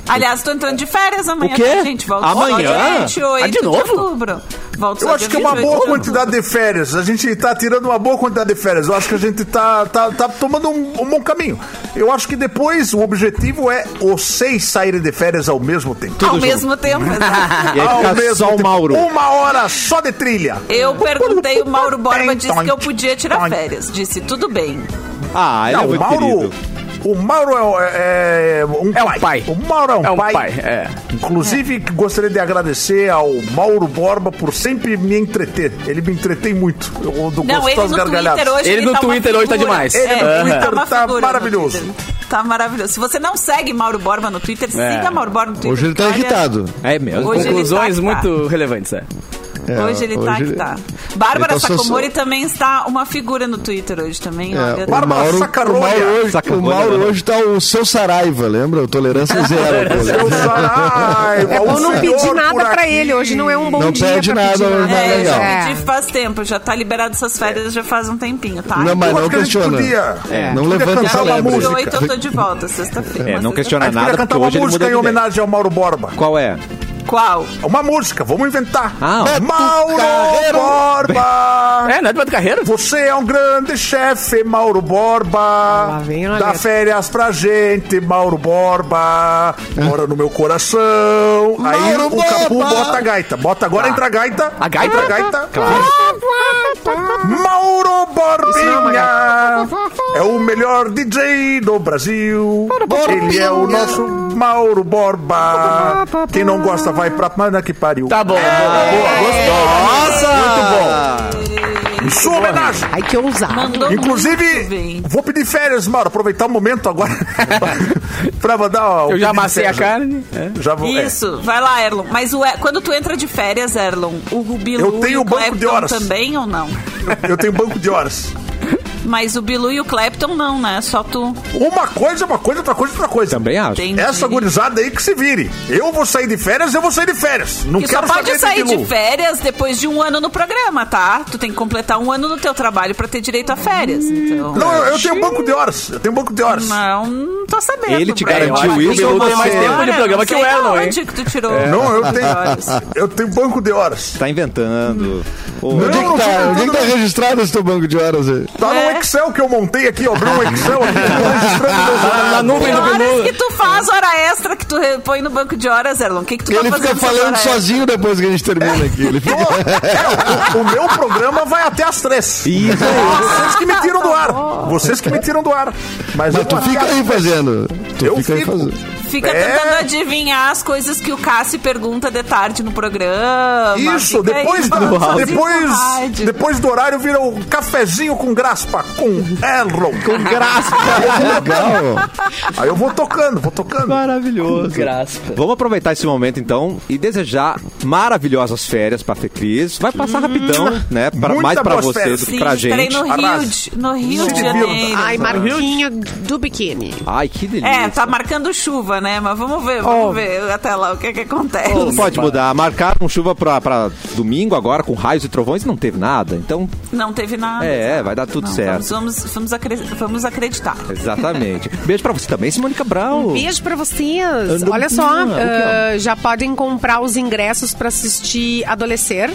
Aliás, tô entrando de férias amanhã, O quê? tá, gente? Volto Amanhã? só dia 28 Ah, de novo? outubro. Volto Eu só acho que dia é uma 28 boa de outubro. quantidade de férias. A gente tá tirando uma boa quantidade de férias. Eu acho que a gente tá, tá, tá tomando um, um bom caminho. Eu acho que depois o objetivo é os seis saírem de férias ao mesmo tempo. Ao mesmo tempo, né? exato. E aí ao fica só o Mauro. Uma hora só de trilha. Eu perguntei, o Mauro Borba Tem, disse tem, que eu podia tirar tem. férias. Disse, tudo bem. Ah, ele Não, é o muito Mauro. querido. O Mauro é, é um É um pai. pai. O Mauro é um, É um pai. pai, é. Inclusive, gostaria de agradecer ao Mauro Borba por sempre me entreter. Ele me entretém muito. Eu dou Não, ele gostosas no gargalhadas. Twitter hoje. Ele no tá uma Twitter hoje tá figura. demais. Ele no É, Twitter uma tá figura no maravilhoso. Twitter. Tá maravilhoso. Se você não segue Mauro Borba no Twitter, É. siga Mauro Borba no Twitter. Hoje ele tá porque, olha, irritado. É mesmo. Hoje ele Conclusões tá que tá. muito relevantes, é. É, hoje ele tá que tá. Bárbara ele tá só- Sacomori também está uma figura no Twitter hoje também. É, olha. o, Mauro, Sacarolha. o Mauro hoje, Sacarolha, o Mauro né? hoje tá o seu Saraiva, lembra? O Tolerância Zero. pô. Seu Saraiva, É o bom não senhor pedir por nada pra aqui. ele. Hoje não é um bom Não dia pede pra pedir nada, nada. mas É, eu legal. já pedi faz tempo, já tá liberado essas férias já faz um tempinho, tá? Não, mas Eu acho não que a gente questiona. podia- É, não podia levanta cantar essa uma lebre. música. 28 eu tô de volta, sexta-feira. É, não Sexta-feira. questiona Queria nada, porque cantar uma hoje ele muda música de em ideia. homenagem ao Mauro Borba. Qual é? Qual? Uma música, vamos inventar. Ah, ó. Mauro Borba! É, não é do Beto Carreiro? Você é um grande chefe, Mauro Borba. vem a Dá letra. férias pra gente, Mauro Borba. Mora no meu coração. Aí Mauro o Capu Borba. bota a gaita. Bota agora, Tá. entra a gaita. A gaita? Entra a gaita. Mauro Isso não é uma Borbinha. É o melhor DJ do Brasil. Ele é o nosso Mauro Borba. Quem não gosta vai pra mana que pariu. Tá bom. boa. Boa, Nossa! gostou. Muito bom. Em sua homenagem. Ai, que ousado. Mandou muito Inclusive, bem. vou pedir férias, Mauro. Aproveitar o momento agora pra mandar. ó, o Eu já pedido de amassei a férias. carne. É. Já vou. é. Isso, vai lá, Erlon. Mas o- quando tu entra de férias, Erlon, o Rubilu Eu tenho e o banco de Clapton horas. também ou não? Eu tenho banco de horas. Mas o Bilu e o Clapton não, né? Só tu Uma coisa, é uma coisa, outra coisa, é outra coisa. Também acho. tem. Essa gurizada aí que se vire. Eu vou sair de férias, eu vou sair de férias. Não E só quero pode saber sair de de Bilu. férias depois de um ano no programa, tá? Tu tem que completar um ano no teu trabalho pra ter direito a férias. Então, Não, eu, eu tenho banco de horas. Eu tenho banco de horas. não, não tô sabendo. Ele te Breno. garantiu Olha, isso eu ou vou- você- mais tempo de Olha, programa não que o sei Erlon, da hein? onde que tu tirou? É. Não, eu tenho. eu tenho banco de horas. Tá inventando. Ô, Onde é não, que tá, não, onde é que tá não. registrado esse teu banco de horas aí? Tá É. no Excel que eu montei aqui, ó. Abriu um Excel aqui. tô registrando meus horários. Na nuvem Que do horas que Bilu. tu faz hora extra que tu re- põe no banco de horas, Erlon? O que, que tu Ele tá fica fazendo falando essas horas sozinho depois que a gente termina aqui. Ele fica... É, o, o meu programa vai até as três. é Isso. Vocês que Tá me tiram do ar. Vocês que me tiram do ar. Mas, eu Mas tu vou fica até aí as três. fazendo. Tu Eu fica aí fico. fazendo. extras? Fica É. tentando adivinhar as coisas que o Cássio pergunta de tarde no programa. Isso, Fica aí depois, da- falando sozinho depois, no rádio. depois do horário vira o cafezinho com graspa, com Erlon. Com Legal. Aí eu vou tocando, vou tocando. Maravilhoso. Graça. Vamos aproveitar esse momento então e desejar maravilhosas férias pra Fê Cris. Vai Hum. passar rapidão, né? Pra, Muita mais pra boas você férias. do que Sim, pra estarei gente. no Rio, Arrase. de, no Rio Se de divirta. Janeiro. Ai, Marquinho do biquíni. Ai, que delícia. É, tá marcando chuva, né? Mas vamos ver, vamos ver até lá o que que acontece. Tudo pode mudar. Marcaram chuva pra, pra domingo agora com raios e trovões e não teve nada. Então, Não teve nada. É, sabe? vai dar tudo Ah, Não, certo. Vamos, vamos, vamos acre- vamos acreditar. exatamente. Beijo pra você também, Simone Cabral. Um Beijo pra vocês. Tipo, Ando- Olha só, Ah, o que ah, já podem comprar os ingressos pra assistir Adolescer.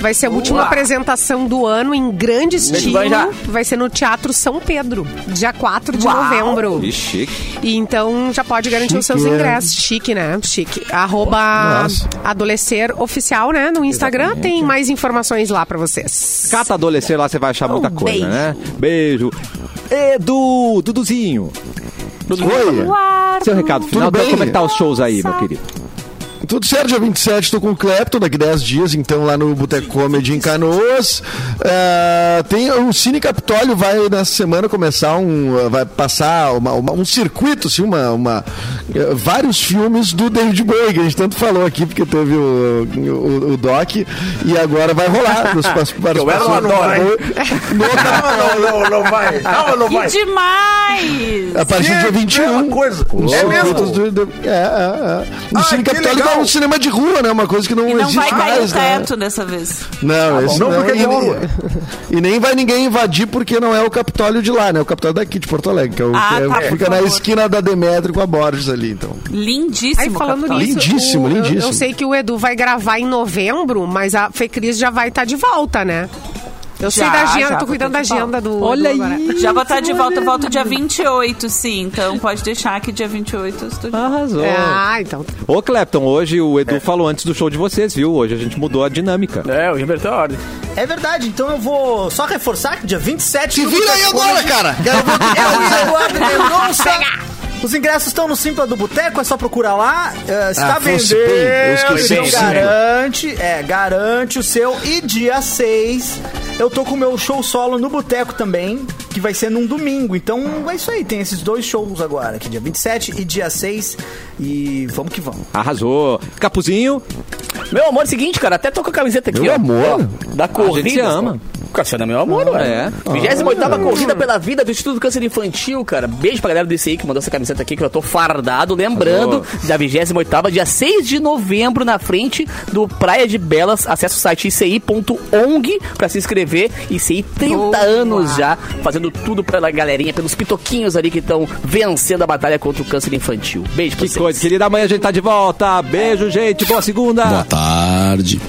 Vai ser a última apresentação do ano em grande estilo. Vanja. Vai ser no Teatro São Pedro, dia 4 de novembro. Que chique. E então já pode garantir os seus Chique, é. ingressos. Chique, né? Chique. Arroba Nossa. Adolescer Oficial, né? No Instagram tem mais informações lá pra vocês. Cata adolescer lá, você vai achar Um muita coisa, beijo. né? Beijo. Edu, Duduzinho. Oi. Seu recado final, Tudo então, bem? como é que tá os shows aí, meu querido? Tudo certo, dia 27 tô com o Clepton, daqui 10 dias, então lá no Boteco Comedy em Canoas. Ah, tem o Cine Capitólio vai nessa semana começar um. ah, Vai passar uma- uma- um circuito, assim, uma, uma- eh, vários filmes do David Bowie, que a gente tanto falou aqui, porque teve o, o, o Doc, e agora vai rolar. Os, pas- participações do adora, hein? Bowie. No- Não, não, não, não vai. Não, não vai. É Que demais! A partir do dia Que 21. coisa. Os É mesmo? circuitos do- do- é, é, é. O Ai, Cine que Capitólio legal. vai um cinema de rua, né? Uma coisa que não E não existe vai cair mais, o né? teto dessa vez. Não, esse Não, não, porque e, é de nem- rua. e nem vai ninguém invadir porque não é o Capitólio de lá, né? O Capitólio daqui de Porto Alegre, que é o Ah, que é- tá, por fica na favor. esquina da Demetrio com a Borges ali, então. Lindíssimo. Aí falando Capitão. nisso, Lindíssimo, o- eu- Eu, lindíssimo. sei que o Edu vai gravar em novembro, mas a Fê Cris já vai estar de volta, né? Eu sei Já, da agenda, já, tô vou cuidando da tá de agenda do. Olha do agora. aí. Já vou estar de volta, eu volto dia 28, sim. Então pode deixar que dia 28 eu estou de volta. Arrasou. É, Ah, então. Ô, Clepton, hoje o Edu falou antes do show de vocês, viu? Hoje a gente mudou a dinâmica. É, o repertório. É verdade, então eu vou só reforçar que dia 27 Se no vira aí Boteco agora, Comedy cara! Quero ver o que É tá o aí. Eduardo Mendonça. Os ingressos estão no Simpla do Boteco, é só procurar lá. Eh, Está Ah, fosse vendendo. bem, eu esqueci né? então do Simpla. garante, é, garante o seu. E dia 6, eu tô com o meu show solo no Boteco também, que vai ser num domingo. Então é isso aí, tem esses dois shows agora, que é dia 27 e dia 6. E vamos que vamos. Arrasou. Capuzinho, Meu amor, é o seguinte, cara, até tô com a camiseta aqui, Meu ó. amor? Da corrida. gente se ama. Cassiano é meu amor, ué. é. 28 Ah. ª corrida pela vida do Instituto do Câncer Infantil, cara. Beijo pra galera do ICI que mandou essa camiseta aqui, que eu tô fardado. Lembrando, da 28 ª dia 6 de novembro, na frente do Praia de Belas. Acesse o site ici.ong pra se inscrever. ICI 30 anos já, fazendo tudo pela galerinha, pelos pitoquinhos ali que estão vencendo a batalha contra o câncer infantil. Beijo pra que vocês. coisa. Querida, amanhã a gente tá de volta. Beijo, gente. Boa segunda. Boa tarde.